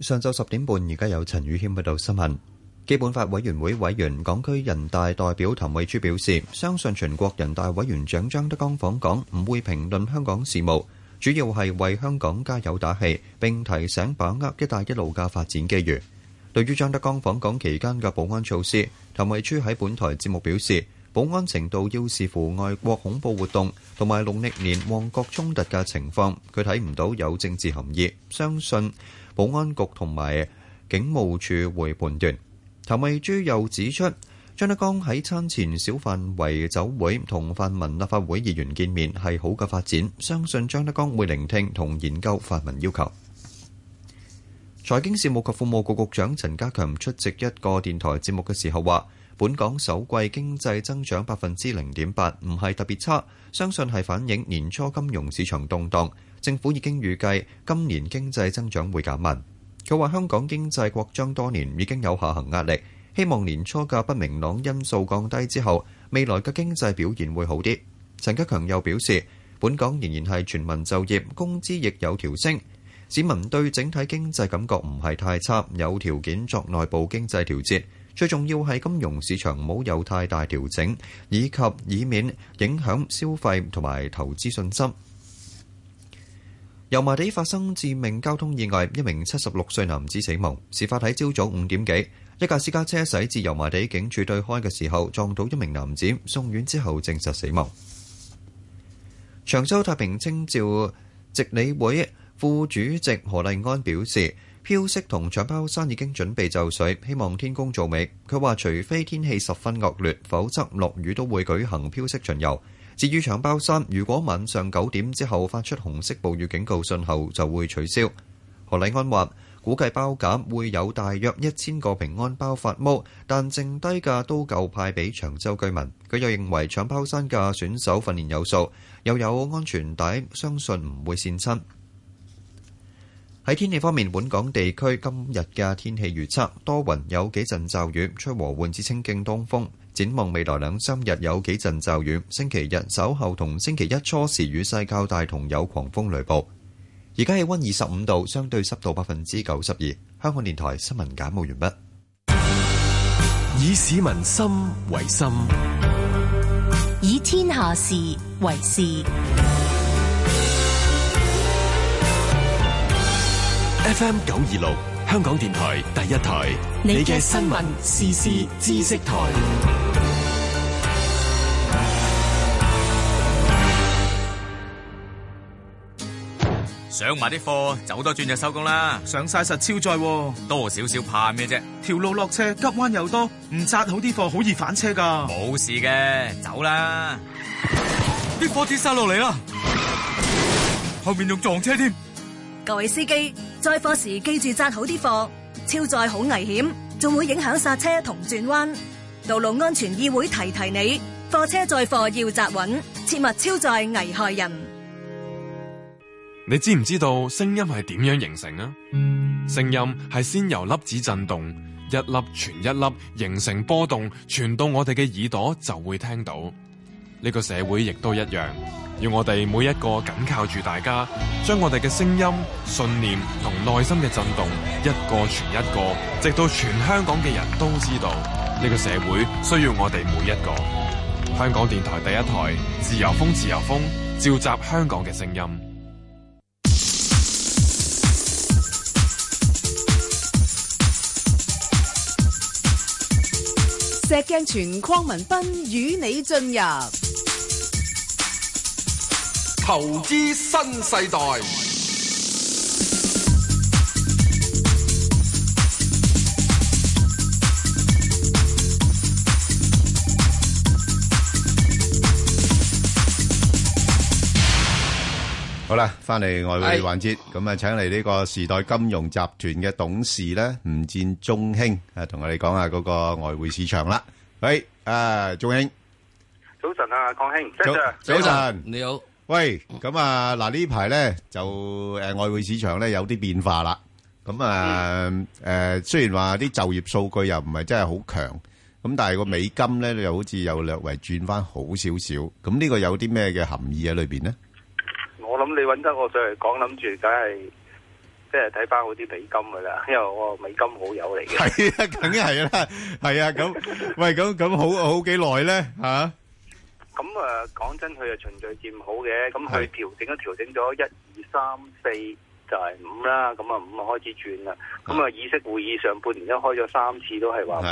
上晝十點半，而家有陳宇軒報道新聞。基本法委員會委員、港區人大代表譚惠珠表示，相信全國人大委員長張德江訪港唔會評論香港事務，主要係為香港加油打氣，並提醒把握「一帶一路」嘅發展機遇。對於張德江訪港期間嘅保安措施，譚惠珠喺本台節目表示，保安程度要視乎外國恐怖活動同埋農曆年旺角衝突嘅情況，佢睇唔到有政治含義，相信保安局同埋警務處會判斷。譚惠珠又指出，張德江喺餐前小範圍酒會同泛民立法會議員見面係好嘅發展，相信張德江會聆聽同研究泛民要求。財經事務及庫務局局長陳家強出席一個電台節目嘅時候話，本港首季經濟增長百分之零點八，唔係特別差，相信係反映年初金融市場動盪，政府已經預計今年經濟增長會減慢。佢話香港經濟擴張多年已經有下行壓力，希望年初嘅不明朗因素降低之後，未來嘅經濟表現會好啲。陳家強又表示，本港仍然係全民就業，工資亦有調升。市民對整體經濟感覺唔係太差，有條件作內部經濟調節。最重要係金融市場冇有太大調整，以及以免影響消費同埋投資信心。油麻地發生致命交通意外，一名七十六歲男子死亡。事發喺朝早五點幾，一架私家車駛至油麻地警署對開嘅時候，撞到一名男子，送院之後證實死亡。長洲太平清醮值理會副主席何麗安表示，飄色同搶包山已經準備就緒，希望天公造美。佢話，除非天氣十分惡劣，否則落雨都會舉行飄色巡遊。至於搶包山，如果晚上九點之後發出紅色暴雨警告信號，就會取消。何禮安話：估計包減會有大約一千個平安包發毛，但剩低嘅都夠派俾長洲居民。佢又認為搶包山嘅選手訓練有素，又有安全帶，相信唔會跣親。喺天氣方面，本港地區今日嘅天氣預測多雲，有幾陣驟雨，吹和緩至清勁東風。展望未來兩三日有幾陣驟雨，星期日稍後同星期一初時雨勢較大，同有狂風雷暴。而家氣温二十五度，相對濕度百分之九十二。香港電台新聞簡報完畢。
以市民心為心，
以天下事為事。
FM 九二六，香港電台第一台，你嘅新聞、時事、知識台。
上埋啲貨，走多轉就收工啦。
上晒實超載喎，
多少少怕咩啫？
條路落車，急彎又多，唔紮好啲貨好易反車㗎。
冇事嘅，走啦。啲貨跌晒落嚟啦，後面仲撞車添。
各位司機，載貨時記住紮好啲貨，超載好危險，仲會影響剎車同轉彎。道路安全議會提提你，貨車載貨要扎穩，切勿超載危害人。
你知唔知道聲音係點樣形成啊？聲音係先由粒子震動，一粒傳一粒，形成波動，傳到我哋嘅耳朵就會聽到。呢個社會亦都一樣，要我哋每一個緊靠住大家，將我哋嘅聲音、信念同內心嘅震動一個傳一個，直到全香港嘅人都知道。呢個社會需要我哋每一個。香港電台第一台，自由風，自由風，召集香港嘅聲音。
石鏡泉鄺民彬與你進入
投資新世代。
好啦，翻嚟外匯環節，咁啊，請嚟呢個時代金融集團嘅董事咧，吳戰中興啊，同我哋講下嗰個外匯市場啦。喂，啊，中興，
早晨啊，鄺兄，早
早晨，
你好。
喂，咁啊，嗱呢排咧就誒外匯市場咧有啲變化啦。咁啊誒，雖然話啲就業數據又唔係真係好強，咁但係個美金咧又好似又略為轉翻好少少。咁呢個有啲咩嘅含義喺裏邊 [laughs] 咧？
我諗你揾得我上嚟講，諗住梗係即係睇翻好啲美金噶啦，因為我美金好友嚟嘅。
係啊，梗係啦，係啊，咁喂，咁咁好好幾耐咧嚇？
咁啊，講真，佢係循序漸好嘅，咁佢調整都調整咗一二三四就係五啦，咁啊五開始轉啦，咁啊議息會議上半年都開咗三次，都係話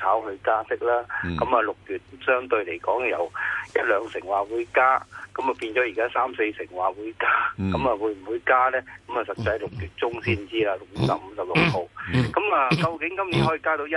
炒佢加息啦，咁啊六月相對嚟講有一兩成話會加，咁啊變咗而家三四成話會加，咁啊、會唔會加呢？咁啊實際六月中先知啦，六月十五、十六號。
嗯
嗯
嗯
咁啊、究竟今年可以加到一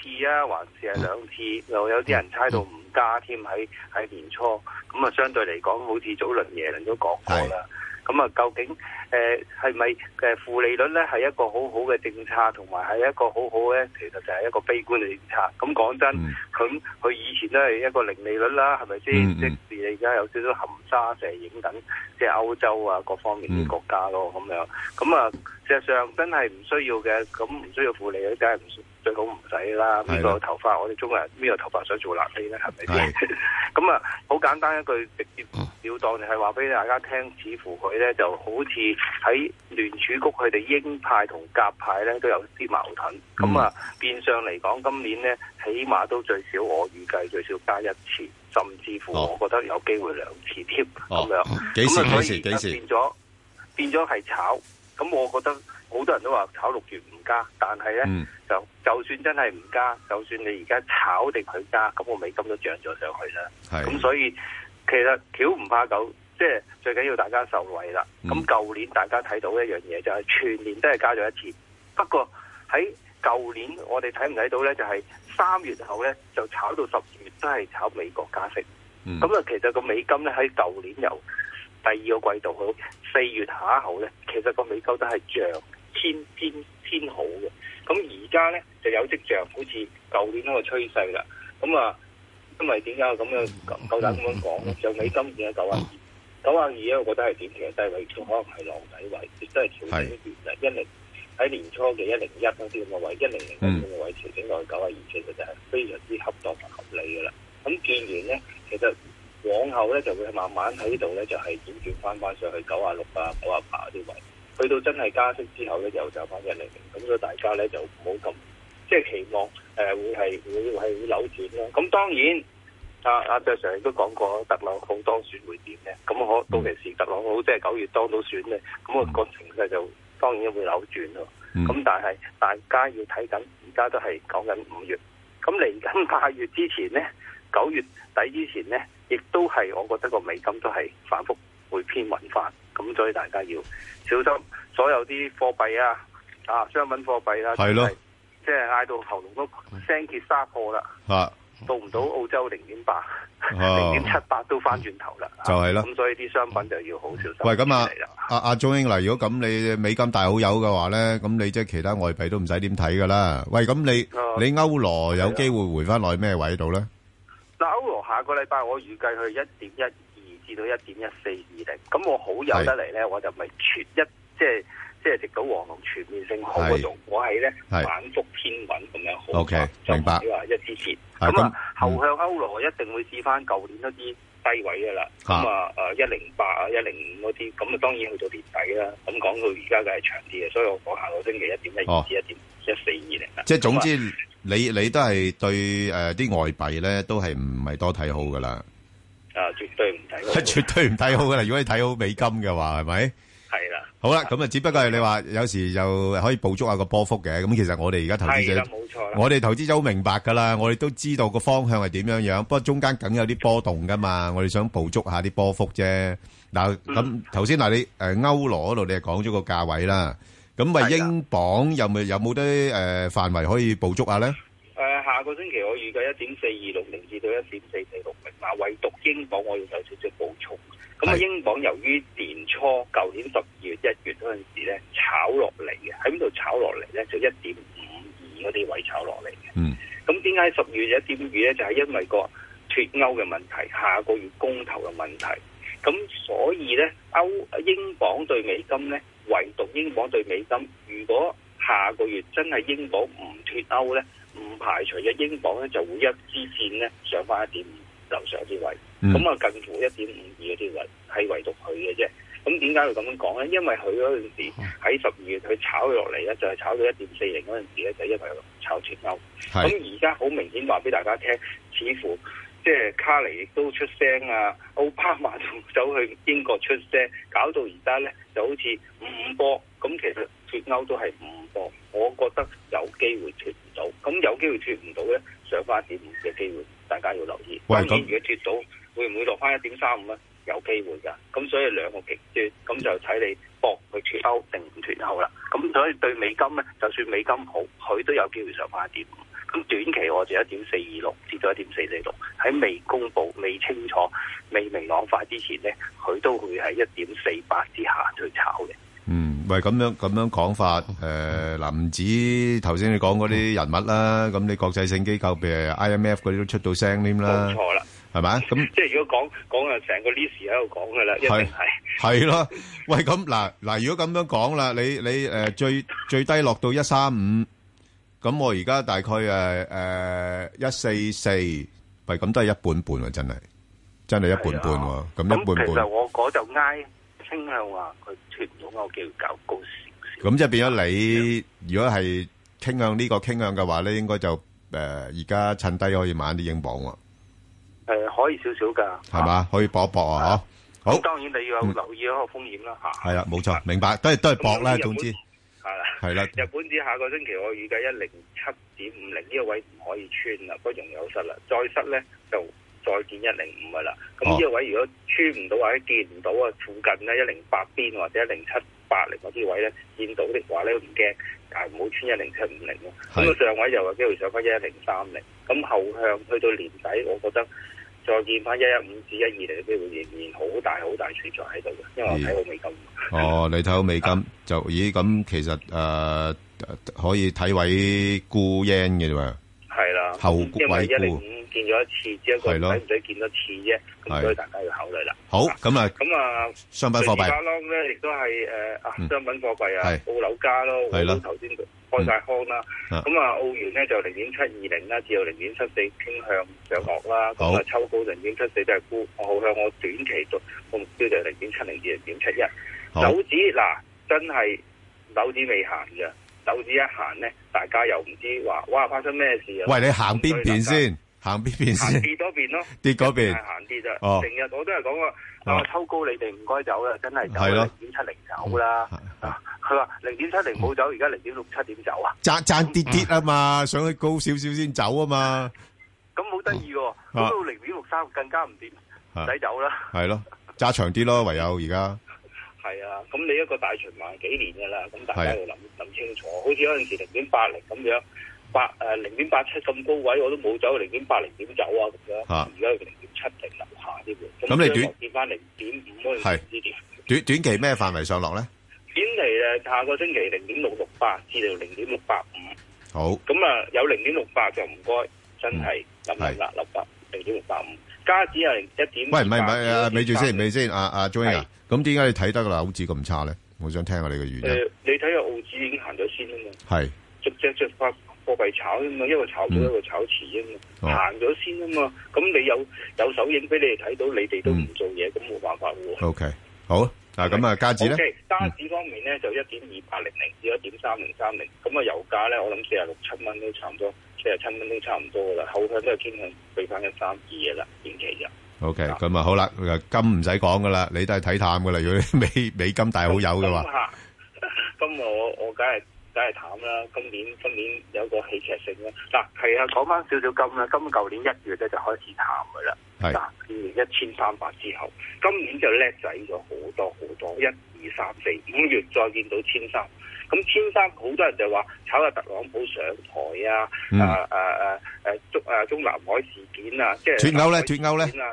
次啊，還是係兩次？又有啲人猜到唔加添，喺喺年初。咁啊相對嚟講，好似早輪耶倫都講過啦。咁啊，究竟誒係咪誒負利率咧係一個好好嘅政策，同埋係一個好好咧，其實就係一個悲觀嘅政策。咁講真，咁佢、以前都係一個零利率啦，係咪先？即使你而家有少少含沙射影緊，即係歐洲啊各方面啲國家咯咁樣。咁啊，事實上真係唔需要嘅，咁唔需要負利率，梗係唔需最好唔使啦。邊個頭髮我哋中國人邊個頭髮想做辣痢咧？係咪先？ [laughs] 咁啊，好簡單一句直接了當，就係話俾大家聽，似乎佢咧就好似喺聯儲局佢哋鷹派同鴿派咧都有啲矛盾。咁啊、變相嚟講，今年咧起碼都最少，我預計最少加一次，甚至乎我覺得有機會兩次添咁樣。
哦幾時
咁啊所以
幾時幾時
變咗變咗係炒。咁我覺得好多人都話炒六月唔加，但係咧、
嗯
就就算真係唔加，就算你而家炒定佢加，咁個美金都漲咗上去啦。
係
咁所以其實橋唔怕狗，即係最緊要大家受惠啦。
嗯
咁舊、年大家睇到一樣嘢就係、全年都係加咗一次，不過喺舊年我哋睇唔睇到呢？就係、三月後呢，就炒到十二月都係炒美國加息。咁啊、其實個美金呢，喺舊年由第二個季度好四月下後呢，其實個美金都係漲偏偏偏好嘅。咁而家呢，就有跡象，好似舊年嗰個趨勢啦。咁啊〜因為點解我咁樣夠夠膽咁樣講咧？就美金見咗九啊二，九啊二咧，我覺得係點？其實低位調可能係浪底位，亦都係調整完啦。一零喺年初嘅一零一嗰啲咁嘅位，一零零嗰啲咁嘅位調整落去九啊二，其實就係非常之恰當同合理嘅啦。咁見完咧，其實往後咧就會慢慢喺呢度咧就係輾轉翻翻上去九啊六啊、九啊八嗰啲位，去到真係加息之後咧又走翻一零零，咁所以大家咧就唔好咁。即係期望誒、呃、會係會係會扭轉咯。咁當然，啊阿阿卓 Sir 亦都講過，特朗普當選會點咧？咁可到期時特朗普即係九月當到選咧，咁我個情勢就當然會扭轉咯。咁、但係大家要睇緊，而家都係講緊五月。咁嚟緊八月之前咧，九月底之前咧，亦都係我覺得個美金都係反覆會偏穩翻。咁所以大家要小心所有啲貨幣啊、啊商品貨幣啊，
係咯
即係嗌到喉嚨都聲結沙破啦。
啊，
到唔到澳洲零點八、零
哦
點七八都翻轉頭啦。
就係啦
咁所以啲商品就要好小心。
喂，咁啊，阿阿钟英嚟，如果咁你美金大好友嘅話咧，咁你即係其他外幣都唔使點睇噶啦。喂，咁你你歐羅有機會回翻落去咩位度咧？
嗱，歐羅下個禮拜我預計去一點一二至到一點一四二零，咁我好有得嚟咧，我就咪全一即係即係直到黃龍全面性好嗰種，我係咧
係
反覆偏穩咁樣好。
OK，
就
明白
唔會話一支跌。
係
咁啊
咁，
後向歐羅一定會試翻舊年嗰啲低位嘅啦。咁啊，誒一零八啊、一零五嗰啲，咁啊當然去到年底啦。咁講到而家梗係長啲嘅，所以我講下個星期一點一二
哦
至一點一四二零啦。
即係總之，你你都係對诶啲外幣咧，都係唔係多睇好噶啦，
啊，絕對唔睇嗰個。
[laughs] 絕對唔睇好噶啦。如果你睇好美金嘅話，係咪？
係啦。
好啦，咁啊，只不過係你話有時就可以捕捉下個波幅嘅。咁其實我哋而家投資
係
者
啦冇錯啦，
我哋投資者好明白噶啦，我哋都知道個方向係點樣樣。不過中間梗有啲波動噶嘛，我哋想捕捉下啲波幅啫。嗱，咁頭先嗱你誒歐羅嗰度你係講咗個價位啦，咁咪英鎊有冇有冇啲誒範圍可以捕捉下咧？
誒、呃下個星期我預計一點四二六零至到一點四四六零嗱，唯獨英鎊我要有少少補充。咁啊，英鎊由於年初舊年十二月一月嗰陣時咧炒落嚟嘅，喺邊度炒落嚟咧就一點五二嗰啲位炒落嚟嘅。
嗯。
咁點解十二月一點二咧？就係、因為個脱歐嘅問題，下個月公投嘅問題。咁所以咧，歐英鎊對美金咧，唯獨英鎊對美金，如果下個月真係英鎊唔脱歐咧，唔排除嘅英鎊咧就會一支線咧上翻一點五樓上啲位，
嗯
咁啊、近乎一點五二嗰啲位係唯獨佢嘅啫。咁點解會咁樣講咧？因為佢嗰陣時喺十二月佢炒佢落嚟咧，就係、炒到一點四零嗰陣時咧，就因為佢炒脱歐。
係
咁而家好明顯話俾大家聽，似乎即係卡尼亦都出聲啊，奧巴馬仲走去英國出聲，啊搞到而家咧就好似五五波。咁其實脱歐都係五五波，我覺得有機會脱唔到。咁有機會脱唔到咧，上翻一點五嘅機會，大家要留意。
喂
當然
咁
如果脱到，會唔會落翻一點三五咧？有機會㗎。咁所以兩個極端，咁就睇你搏佢脱歐定唔脱歐啦。咁所以對美金咧，就算美金好，佢都有機會上翻一點五。咁短期我就一點四二六至到一點四四六，喺未公布、未清楚、未明朗化之前咧，佢都會喺一點四八之下去炒嘅。
嗯，喂，咁樣咁樣講法，誒、嗱，唔止頭先你講嗰啲人物啦，咁你國際性機構譬如 IMF 嗰啲都出到聲添啦，
冇錯啦，
係咪？咁
即係如果講講啊，成個 list 喺度講㗎啦，一定
係
係。
係咯，喂，咁嗱嗱，如果咁樣講啦，你你誒、最最低落到一三五，咁我而家大概誒誒一四四，喂，咁都係一半半喎，真係真係一半半喎，咁
咁
一
其
半
實
半，
我嗰就挨傾向話佢脱唔到歐機會較高少。
咁即係變咗你，如果係傾向呢個傾向嘅話咧，應該就誒而家趁低可以買啲英鎊喎。
誒、可以少少㗎。
係嘛？可以搏一搏啊！嗬，
咁當然你要有
嗯
留意嗰個風險啦嚇。
好，係啦，冇錯，明白，都係都係搏啦，
咁
總之
日本係啦，
係啦
日本指下個星期我預計一零七點五零呢個位唔可以穿啦，不容有失啦。再失咧就再見一零五噶啦。咁
哦
呢個位如果穿唔到或者見唔到啊，附近咧一零八邊或者一零七八零嗰啲位咧見到的話咧唔驚，但係唔好穿一零七五零咯。咁個上位又有機會上翻一一零三零。咁後向去到年底，我覺得。再見翻一一五至一二零嘅機會仍然好大好大存在喺度嘅，因為我睇好美金。
哦，你睇好美金就咦咁，其實誒可以睇位沽 yen 嘅啫喎。
係啦，
後
啊因為
位
一零
沽
五見咗一次，只不過
係咯
使唔使見多次啫，
係
咁所以大家要考慮啦。
好咁啊，
咁啊，
商品貨幣
加朗咧，亦都係誒啊
嗯
商品貨幣啊
係，
澳紐加咯，
係啦
我都頭先開晒腔
嗯
啦。咁啊，澳元咧就零點七二零啦，至到零點七四傾向上落啦。咁啊
好，
抽高零點七四都係沽，我好向我短期度個目標就係零點七零至零點七一。
好
紐指嗱，真係紐指未行嘅，紐指一行咧，大家又唔知話哇發生咩事啊？
喂，你行邊邊
所以大家
先？行邊邊
行
先？
跌嗰邊咯，
跌嗰邊
係行跌啊！
哦
成日我都係講話，
哦
啊抽高你哋唔該走啦，真係走
係咯嗯
零點七零走啦。啊佢話零點七零冇走，而家零點六七點走啊！
爭爭跌跌啊嘛，上去高少少先走啊嘛，
咁好得意喎，
嗯
咁到零點六三更加唔掂，唔
啊
使走啦。
係咯，揸長啲
[laughs]
咯，唯有而家
係啊，咁你一個大循環幾年㗎啦，咁大家
係
要諗諗清楚。好似嗰陣時零點八零咁樣，八誒零點八七咁高位，我都冇走零點八、零點九啊咁樣。
啊
而家零點七零樓下啲喎。
咁你短
跌翻零點五嗰陣
係
時唔知點。
短短期咩範圍上落咧？
短期誒下個星期零點六六八至到零點六八五，
好
咁啊有零點六八就唔該，真係
嗯
諗諗啦，六八零點六八五，加指係一點。
喂，唔係唔係啊，咪住先，咪住先，啊啊 Joey 啊，咁點解你睇得個樓指咁差咧？我想聽下你嘅原因。
誒，你睇下澳紙已經行咗先啊嘛。
係
逐隻逐塊貨幣炒啊嘛，一個炒高一個炒遲啊
嗯哦
嘛，行咗先啊嘛，咁你有有手影俾你哋睇到，你哋都唔做嘢，咁冇辦法喎。
，OK，好啊，咁啊，加指咧
O K，加指方面咧就一點二八零零至一點三零三零，咁啊油價咧我諗四十六七蚊都差唔多，四十七蚊都差唔多噶啦，後向都係傾向俾翻一三二嘅啦，短期就。
，OK，咁啊好啦，金唔使講噶啦，你都係睇淡噶啦，如果你美美金大好友嘅話，
話，咁我我梗係梗係淡啦。今年今年有個戲劇性啦。嗱，係啊，講翻少少金啦。今舊年一月咧就開始淡噶啦。
係
嗱，二年一千三百之後，今年就叻仔咗好多好多，一二三四五月再見到千三。咁千三好多人就話炒下特朗普上台啊，
嗯
啊啊啊誒中啊中南海事件啊，即
脫
係
歐呢
南海事件
脫歐呢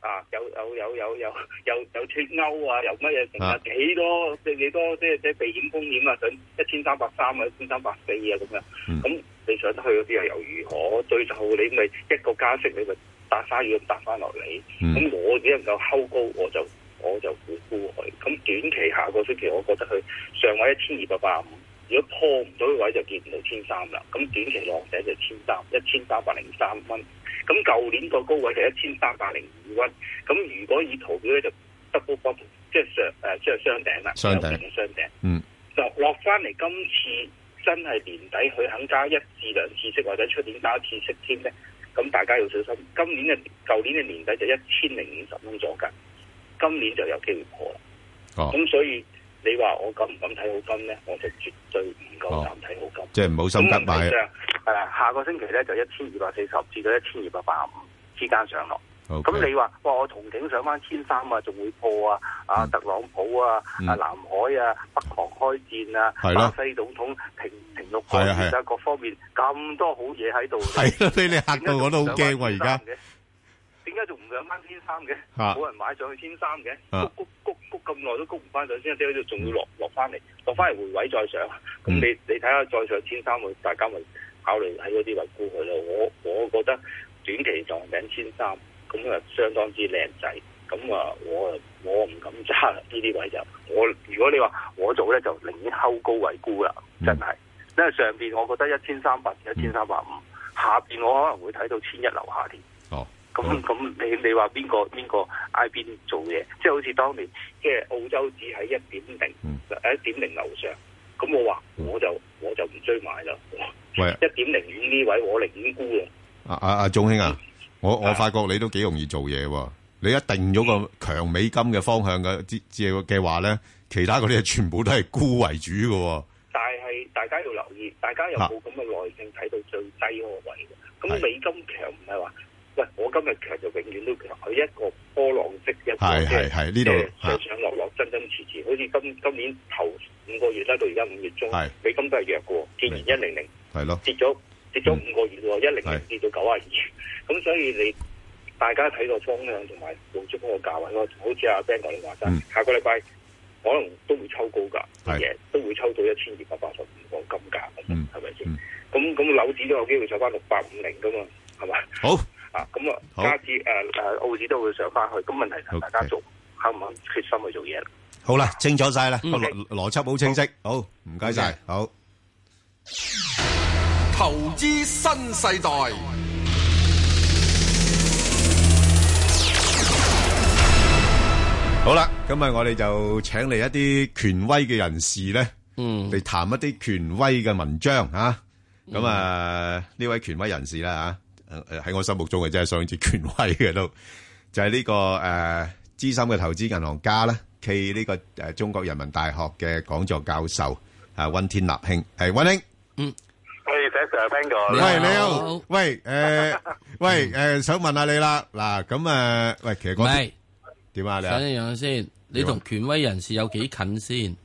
啊啊！有有有有有有有脱歐啊，有乜嘢成
啊
啊？幾多即係幾多即係即係避險風險啊？想一千三百三啊，一千三百四啊咁樣。咁你想去嗰啲又如何？最後你咪一個加息，你咪搭沙魚咁搭翻落嚟。咁我只能夠睺高，我就我就估估佢。咁短期下個星期，我覺得佢上位一千二百八十五。如果破唔到嘅位就見唔到千三啦，咁短期浪底就千三一千三百零三蚊，咁舊年個高位就一千三百零二蚊，咁如果以圖表咧就 double bottom，即係上誒即係雙頂啦，
雙頂
有形嘅雙頂，
嗯，
落落翻嚟今次真係年底佢肯加一至兩次息或者出年加一次息添咧，咁大家要小心，今年嘅舊年嘅年底就一千零五十蚊左近，今年就有機會破啦。
哦，
咁所以你話我敢唔敢睇好金咧？我就絕對唔夠
哦
膽睇好金。
即係唔好心急
咁問題
買。啊
上嗯係啦，下個星期咧就一千二百四十至到一千二百八十五之間上落。
OK
咁你話哇，我憧憬上翻千三啊，仲會破啊？啊，特朗普啊，
嗯
啊南海啊，北韓開戰啊，
係咯
巴西總統停停六個月
係啊係
啊，各方面咁多好嘢喺度。
係咯，俾你嚇到我都好驚喎，而家
點解仲唔上翻千三嘅？
啊
冇人買上去千三嘅，
啊
谷谷谷谷咁耐都谷唔翻上千，即係仲要落落翻嚟，落翻嚟回位再上。咁
嗯
你你睇下再上千三，咪大家咪考慮喺嗰啲位沽佢咯。我我覺得短期撞緊千三，咁啊相當之靚仔。咁啊，我我唔敢揸啦，呢啲位就我如果你話我做咧，就寧願睺高位沽啦，真係。因為上邊我覺得一千三百至一千三百五，下邊我可能會睇到千一樓下添。
哦，
咁咁你你話邊個邊個挨邊做嘢？即係好似當年即係澳洲只喺一點零一點零樓上，咁我話我就我就唔追買啦。
喂
一點零五呢位我寧願沽啦。
啊啊啊，仲兄啊，我我發覺你都幾容易做嘢喎。你一定咗個強美金嘅方向嘅之之嘅話咧，其他嗰啲全部都係沽為主嘅喎。
但係大家要留意，大家有冇咁嘅耐性睇到最低嗰個位嘅？咁美金強唔係話，喂，我今日強就永遠都強，佢一個波浪式一個
係
即
係
係
係呢度
即係
嚇
上上落落真真切切，好似今今年頭五個月啦，到而家五月中
係，
美金都係弱嘅喎，見完一零零
係咯，
跌咗跌咗五個月喎，一零零跌到九啊二， [laughs] 咁所以你。大家睇個方向同埋捕捉嗰個價位咯，好似阿 Ben 講你話齋，下個禮拜可能都會抽高㗎，啲嘢都會抽到一千二百八十五個金價咁，係咪先？咁咁樓指都有機會上翻六百五零㗎嘛，係咪？
好
啊，咁啊，
好
加指誒誒澳指都會上翻去，咁問題就係大家做肯唔肯決心去做嘢啦？
好啦，清楚晒啦，個邏邏輯好清晰。嗯好，唔該晒，好。
投資新世代，
好啦，今日我哋就請嚟一啲權威嘅人士咧，嗯，嚟談一啲權威嘅文章吓。咁啊，呢位權威人士啦吓，誒誒喺我心目中嘅真係相當之權威嘅都，就係呢個誒資深嘅投資銀行家啦，暨呢個誒中國人民大學嘅講座教授啊温天立兄，係温兄。
喂，Sir Sir Ben 哥，
喂，你好，喂，
[laughs]
誒，喂，誒，想問下你啦，嗱，咁誒，喂，其實
唔係
嗰點啊，你啊
等一樣先，你
點啊
同權威人士有幾近先？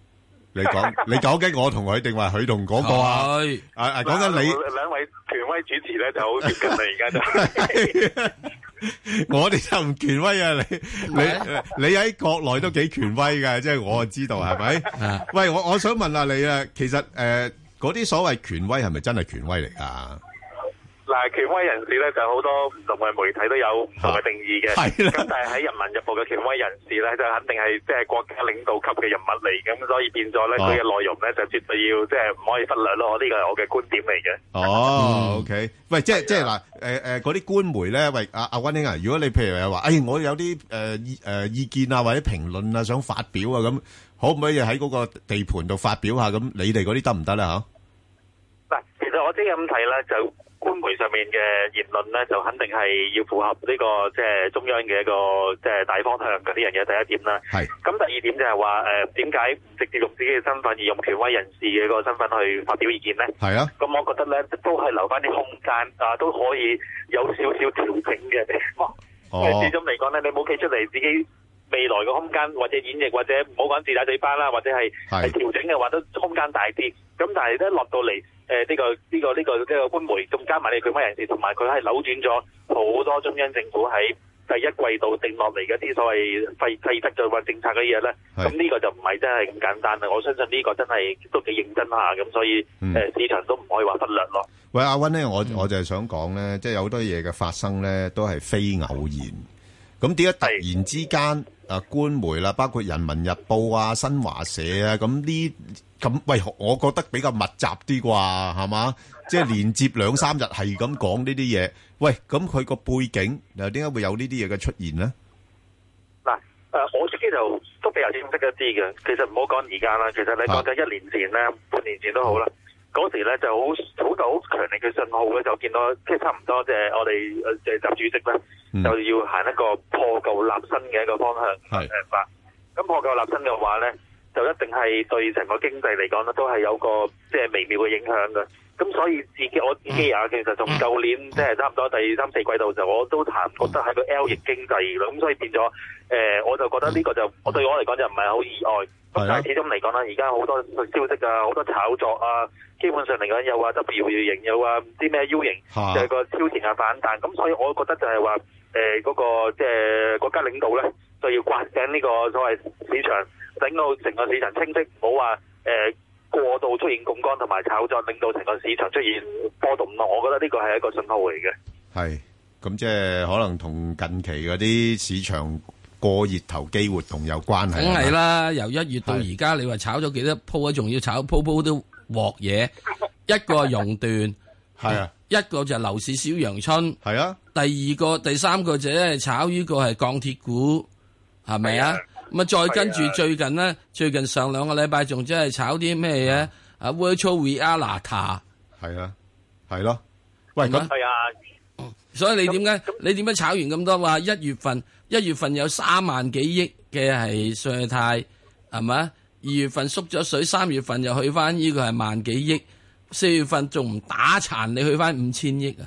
你
[laughs]
講你講緊我同佢定話佢同嗰個
哦
啊？啊啊，講
[laughs]
緊你。
兩位權威主持咧就好接近
[laughs]
啦，而家就
我哋就唔權威啊！你你你喺國內都幾權威㗎，即係我就知道係咪？喂，我我想問下你啊，其實誒嗰啲所謂權威係咪真係權威嚟㗎？
嗱，權威人士咧就好多唔同嘅媒體都有唔同嘅定義嘅，
係
咁但係喺《人民日報》嘅權威人士咧就肯定係即係國家領導級嘅人物嚟，咁所以變咗咧
哦
佢嘅內容咧就絕對要即係唔可以忽略咯，呢個係我嘅觀點嚟嘅。
哦，OK，喂，即係即係嗱，誒誒嗰啲官媒咧，喂，阿阿温兄啊，如果你譬如係話，誒我有啲誒意誒意見啊，或者評論啊，想發表啊，咁可唔可以喺嗰個地盤度發表下？咁你哋嗰啲得唔得咧？嚇？
嗱，其實我即係咁睇啦，就官媒上面嘅言論咧，就肯定係要符合呢、個即係中央嘅一個即係大方向嗰啲人嘅第一點啦。
係。
咁第二點就係話誒，點解唔直接用自己嘅身份，而用權威人士嘅個身份去發表意見咧？
係啊。
咁我覺得咧，都係留翻啲空間啊，都可以有少少調整嘅地方。因為始終嚟講咧，你冇企出嚟自己。未來嘅空間或者演繹或者唔好講自打嘴巴啦，或者係
係
係調整嘅話都空間大啲。咁但係咧落到嚟誒呢個呢、個呢、個呢、個官媒，仲加埋你佢乜人士，同埋佢係扭轉咗好多中央政府喺第一季度定落嚟嘅啲所謂廢廢則或政策嘅嘢咧。
係
咁呢個就唔係真係咁簡單啦。我相信呢個真係都幾認真下咁，所以誒、
嗯
市場都唔可以話忽略咯。
喂，阿温咧，我我就係想講咧，即係有好多嘢嘅發生咧，都係非偶然。咁點解突然之間啊，官媒啦，包括《人民日報》啊、新華社啊，咁呢咁喂，我覺得比較密集啲啩，係嘛？即係連接兩三日係咁講呢啲嘢。喂，咁佢個背景又點解會有呢啲嘢嘅出現呢？
嗱，誒、我自己就都比較認識一啲嘅。其實唔好講而家啦，其實你講緊一年前咧、半年前都好啦。嗰時咧就好好好強烈嘅信號咧，就見到即係差唔多，即係我哋誒即係習主席咧，就要行一個破舊立新嘅一個方向
係
誒法。咁破舊立新嘅話咧，就一定係對成個經濟嚟講咧，都係有個即係微妙嘅影響嘅。咁所以自己我自己啊，其實從舊年即係差唔多第三四季度就我都談覺得係個 L 型經濟咯，咁所以變咗誒、呃我就覺得呢個就我對我嚟講就唔係好意外。咁
係啊
但係始終嚟講啦，而家好多消息啊，好多炒作啊，基本上嚟講有啊 W 型，有啊唔知咩 U 型，
嚇
就係個超前嘅反彈。咁所以我覺得就係話誒嗰個即係國家領導咧，就要刮醒呢個所謂市場，整到成個市場清晰，唔好話誒。呃過度出現槓桿同埋炒作，令到成個市場出現波動咯。我覺得呢個係一個信號嚟嘅。
係咁，即係可能同近期嗰啲市場過熱投機活動有關係。啊
梗
係嘛
係啦，由一月到而家，你話炒咗幾多鋪啊？仲要炒鋪鋪都鑊嘢，一個係熔斷，
係啊，
一個就係樓市小陽春，
係啊，
第二個、第三個就係炒呢個係鋼鐵股，係咪啊？咁啊，再跟住
係啊
最近呢，最近上兩個禮拜仲即係炒啲咩嘢啊？Virtual reality，
係啊，係咯，喂咁。
係啊，
所以你點解你點解炒完咁多話？一月份一月份有三萬幾億嘅係信貸，係咪啊？二月份縮咗水，三月份又去翻呢個係萬幾億，四月份仲唔打殘你去翻五千億啊？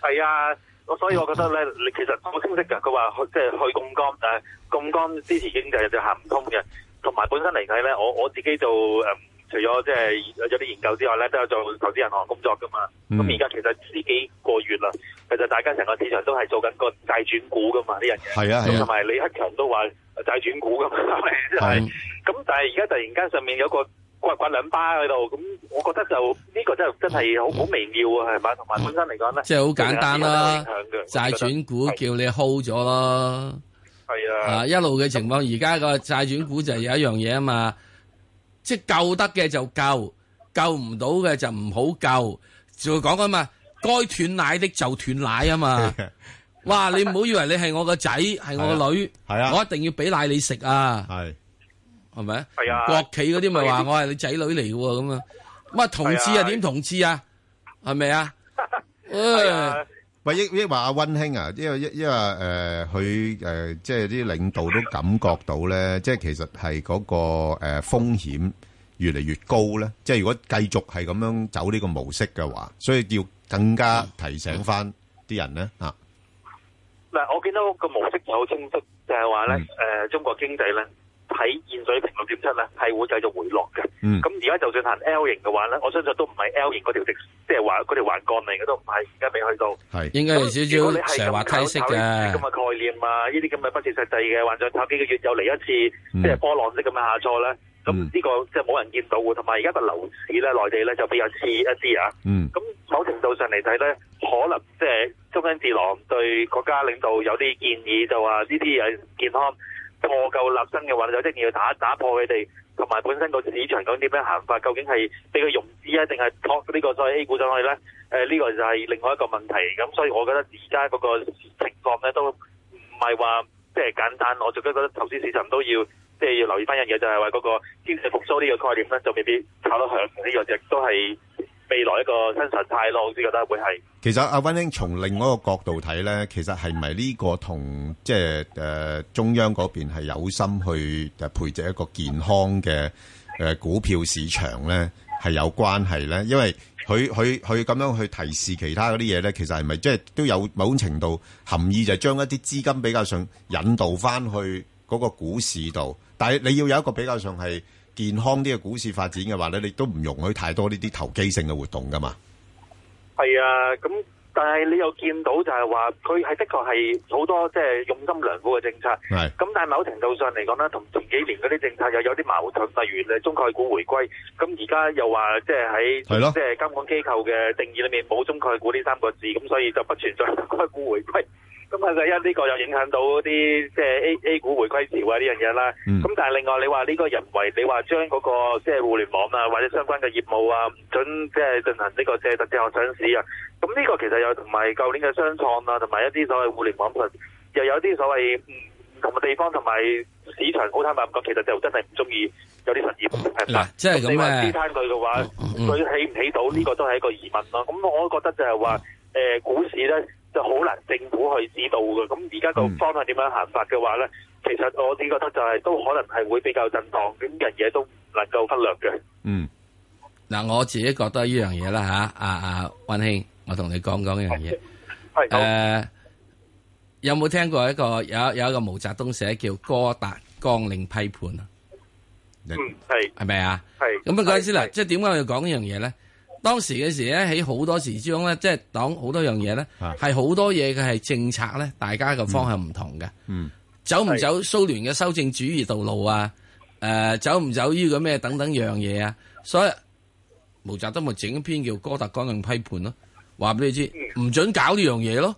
係啊，我所以我覺得咧，你其實好清晰㗎。佢話去即係去槓桿，誒槓桿支持經濟就行唔通嘅。同埋本身嚟睇咧，我我自己做誒、嗯除咗即係有啲研究之外咧，都有做投資銀行工作㗎嘛。咁而家其實呢幾個月啦，其實大家成個市場都係做緊個債轉股㗎嘛呢樣嘢。
係啊係啊
咁同埋李克強都話呃債轉
[laughs]
股㗎嘛，真係。咁但係而家突然間上面有個刮刮兩巴喺度，咁我覺得就呢、個真係真係好好微妙啊，係嘛？同埋本身嚟講咧，
嗯即係好簡單啦
都有影響嘅，
債轉股叫你 hold 咗咯。
係啊
啊，，一路嘅情況，而家個債轉股就係有一樣嘢啊嘛，即係救得嘅就救，救唔到嘅就唔好救。就講啊嘛，該斷奶的就斷奶
[laughs]
啊嘛。哇！你唔好以為你係我個仔，係我個女，
係啊
我一定要俾奶你食啊。
係，
係咪？
哎
係啊
國企嗰啲咪話我係你仔女嚟嘅喎，咁啊，咁啊同志
係
啊
啊
點同志啊？係咪啊？誒
喂，抑抑或阿温馨啊，因為因因為誒佢誒，即係啲領導都感覺到咧，即係其實係嗰個誒風險越嚟越高咧。即係如果繼續係咁樣走呢個模式嘅話，所以要更加提醒翻啲人咧啊，
嗯
呃嗱，我見到個模式就好清晰，就係話咧，誒、中國經濟咧喺現水平六點七咧，係會繼續回落嘅。
嗯
咁而家就算行 L 型嘅話咧，我相信都唔係 L 型嗰條直，即係話嗰條橫杆嚟嘅，都唔係而家未去到。
系
應該有少少
如果你係
斜滑梯式嘅
咁炒呢啲咁。嘅概念啊，呢啲咁嘅不切實際嘅幻象炒幾個月又嚟一次，
嗯
即係波浪式咁嘅下挫咧。咁呢個即係冇人見到嘅，同埋而家個樓市咧，內地咧就比較似一啲啊。
嗯
咁某程度上嚟睇咧，可能即係中央智囊對國家領導有啲建議，就話呢啲誒健康破舊立新嘅話，就一定要打打破佢哋，同埋本身個市場咁點樣行法，究竟係俾佢融資啊，定係托呢個所謂 A 股上去咧？誒、呢、個就係另外一個問題。咁所以我覺得而家嗰個情況咧都唔係話即係簡單，我就覺得投資市場都要。即係要留意翻一樣嘢，就係話嗰個經濟復甦呢個概念咧，就未必炒得響。呢、個亦都係未來一個新常態咯，我只覺得會係。
其實阿温兄從另外一個角度睇咧，其實係咪呢個同即係誒中央嗰邊係有心去誒培植一個健康嘅誒、呃股票市場咧係有關係咧？因為佢佢佢咁樣去提示其他嗰啲嘢咧，其實係咪即係都有某種程度含義，就係將一啲資金比較上引導翻去嗰個股市度，但係你要有一個比較上係健康啲嘅股市發展嘅話咧，你都唔容許太多呢啲投機性嘅活動噶嘛。
係啊，咁但係你又見到就係話佢係的確係好多即係用心良苦嘅政策。
係
咁但係某程度上嚟講咧，同前幾年嗰啲政策又有啲矛盾，例如咧中概股回歸，咁而家又話即係喺
係咯
即係監管機構嘅定義裏面冇中概股呢三個字，咁所以就不存在中概股回歸。咁啊，第一呢個又影響到啲即係 A A 股回歸潮啊呢樣嘢啦。
嗯
咁、但係另外你話呢個人為，你話將嗰個即係互聯網啊或者相關嘅業務啊唔準即係進行呢個借特借殼上市啊。咁呢個其實又同埋舊年嘅雙創啊，同埋一啲所謂互聯網上又有啲所謂嗯唔同嘅地方同埋市場好坦白咁講，其實就真係唔中意有啲實業
嗱即係咁
你話
嘅
資產佢嘅
哦
話，
嗯
佢起唔起到呢個都係一個疑問咯。咁我覺得就係話，
嗯
誒股市咧就好難政府去指導嘅。咁而家個
嗯
方向點樣行法嘅話咧，其實我自己覺得就係都可能係會比較震盪，咁樣嘢都唔能夠忽略嘅。
嗯，
嗱，我自己覺得呢樣嘢啦吓，啊阿阿温兄，我同你講講一樣嘢。
係
誒、有冇聽過一個有有一個毛澤東寫叫《哥達綱領批判》啊？
嗯，
係
係咪啊？
係
咁啊嗰陣時嗱，即係點解我要講呢樣嘢咧？當時嘅時咧，喺好多時之中咧，即係講好多樣嘢咧，係好多嘢嘅係政策咧，大家嘅方向唔同嘅。
嗯，
走唔走蘇聯嘅修正主義道路啊？誒、走唔走呢個咩等等樣嘢啊？所以毛澤東咪整一篇叫《哥特綱領批判》咯，話俾你知，唔准搞呢樣嘢咯。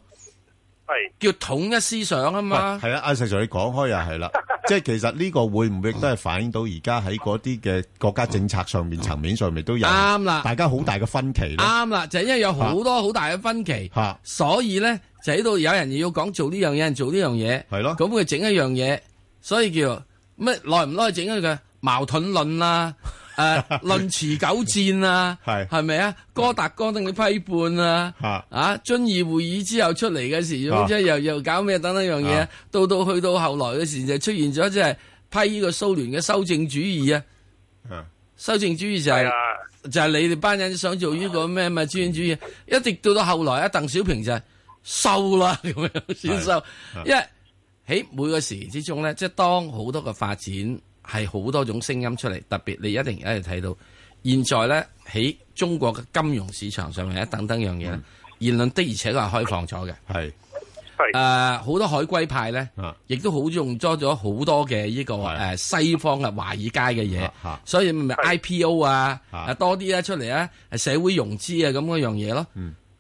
係叫統一思想啊嘛。
系啊，阿石 Sir 你講開又係
[laughs]
啦，即係其實呢個會唔會都係反映到而家喺嗰啲嘅國家政策上面層面上面都有
啱啦
大家好大嘅分歧咧。
啱啦，就係因為有好多好大嘅分歧，
嚇
所以咧就喺度有人要講做呢樣，有人做呢樣嘢，
係咯，
咁佢整一樣嘢，所以叫咩耐唔耐整一個矛盾
[laughs]
論啦、誒論持久戰啊，
係
係咪啊？哥達哥定嘅批判啊，
嚇
啊遵義會議之後出嚟嘅時，
啊
即係又又搞咩等等樣嘢
啊，
到到去到後來嘅時就出現咗即係批呢個蘇聯嘅修正主義啊。修正主義就係、
係
就係你哋班人想做呢個咩咪資源主義，一直到到後來啊，鄧小平就係收啦咁樣先收，因為喺每個時之中咧，即係當好多嘅發展係好多種聲音出嚟，特別你一定一定睇到現在咧喺中國嘅金融市場上面一等等樣嘢咧，言論的而且確係開放咗嘅，
係
嗯係誒呃好多海歸派咧，亦都好用多咗好多嘅呢個誒西方嘅華爾街嘅嘢。所以咪 IPO 啊，啊多啲啊出嚟啊，社會融資啊咁嗰樣嘢咯。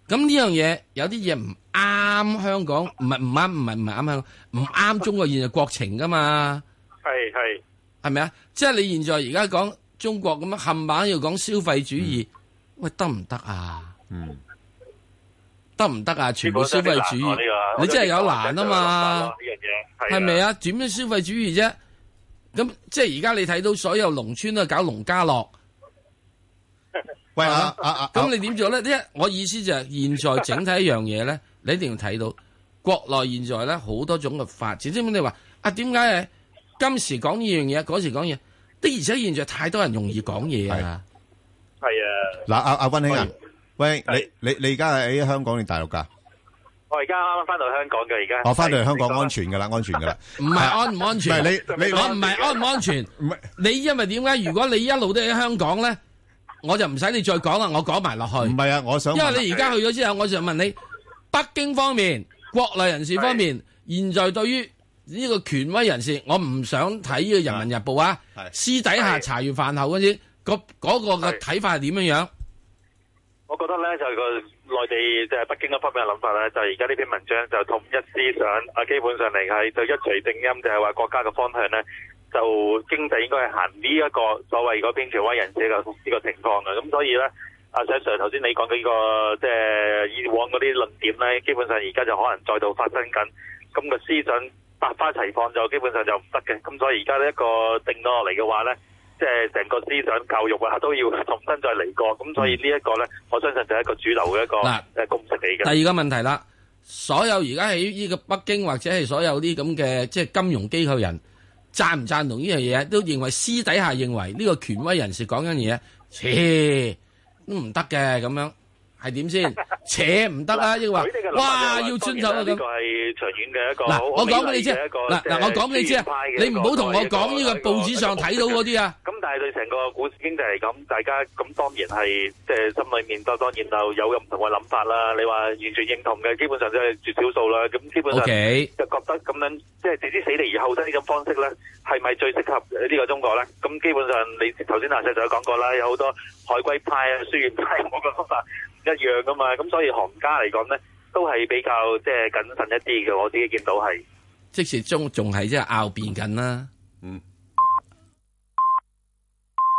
咁呢樣嘢有啲嘢唔啱香港，唔係唔啱，唔係唔係啱香港，唔啱中國現在國情噶嘛，
係係
係咪啊？即係你現在而家講中國咁樣冚唪唥要講消費主義，喂得唔得啊？
嗯，
得唔得啊？全部
呢個
消
真係
費主
難喎呢
義，
個
你真係有難啊嘛
呢？樣嘢
係咪啊？點樣消費主義啫？咁即係而家你睇到所有農村都係搞農家樂。
喂啊啊啊！
咁你點做咧？即係我意思就係現在整體一樣嘢咧， [laughs] 你一定要睇到國內現在咧好多種嘅發展。即係你話啊，點解誒今時講呢樣嘢，嗰時講嘢？的而且現在太多人容易講嘢啊！
係啊，
嗱，阿阿温兄啊，喂，你你你而家喺香港定大陸㗎？
我而家啱啱翻到香港嘅，而家
我哦翻到嚟香港安全噶啦，安全噶啦。
唔係安唔安全？
啊唔係你你
我唔係安唔安全？
唔係
你因為點解？如果你一路都喺香港咧，我就唔使你再講啦，我講埋落去。
唔係啊，我想
因
問
為你而家去咗之後，我就問你北京方面、國內人士方面，現在對於呢個權威人士，我唔想睇呢個《人民日報》啊，私底下茶餘飯後嗰啲，嗰嗰個嘅睇法係點樣樣？
我覺得咧就係個內地就係北京嗰方面嘅諗法咧，就係而家呢篇文章就統一思想啊，基本上嚟係就一錘定音，就係話國家嘅方向咧，就經濟應該係行呢一個所謂嗰邊權威人士嘅呢個情況嘅，咁所以咧。阿 Sir Sir 頭先你講嘅呢個即係以往嗰啲論點咧，基本上而家就可能再度發生緊，咁個思想百花齊放就基本上就唔得嘅，咁所以而家呢一個定咗落嚟嘅話咧，即係成個思想教育啊都要重新再嚟過，咁所以呢一個咧，我相信就係一個主流嘅一個
嗱
誒共識嚟嘅。
第二個問題啦，所有而家喺呢個北京或者係所有啲咁嘅即係金融機構人贊唔贊同呢樣嘢，都認為私底下認為呢個權威人士講緊嘢，切都唔得嘅咁樣，係點先？切唔得啦，抑或
佢哋嘅諗法
哇
就係話
要遵守啊
當然啦呢
咁
個。係長遠嘅一個
嗱，
好
我講俾你知，
美麗嘅一個
嗱
即
嗱，
係
我講俾你知啊
資源派，嘅
你
一個
唔好同我講呢
一個
個報紙上睇到嗰啲啊。
咁但係對成個股市經濟嚟講，大家咁當然係即係心裏面就當然就有唔同嘅諗法啦。你話完全認同嘅，基本上都係絕少數啦。咁基本上
OK
就覺得咁樣即係置之死地而後生呢種方式咧，係咪最適合呃呢個中國咧？咁基本上你頭先阿石就有講過啦，有好多海歸派啊、書院派，我嘅方法唔一樣噶嘛。咁所以行家嚟講咧，都係比較即係謹慎一啲嘅。我自己見到係。
即時中仲係即係拗辯緊啦。
嗯，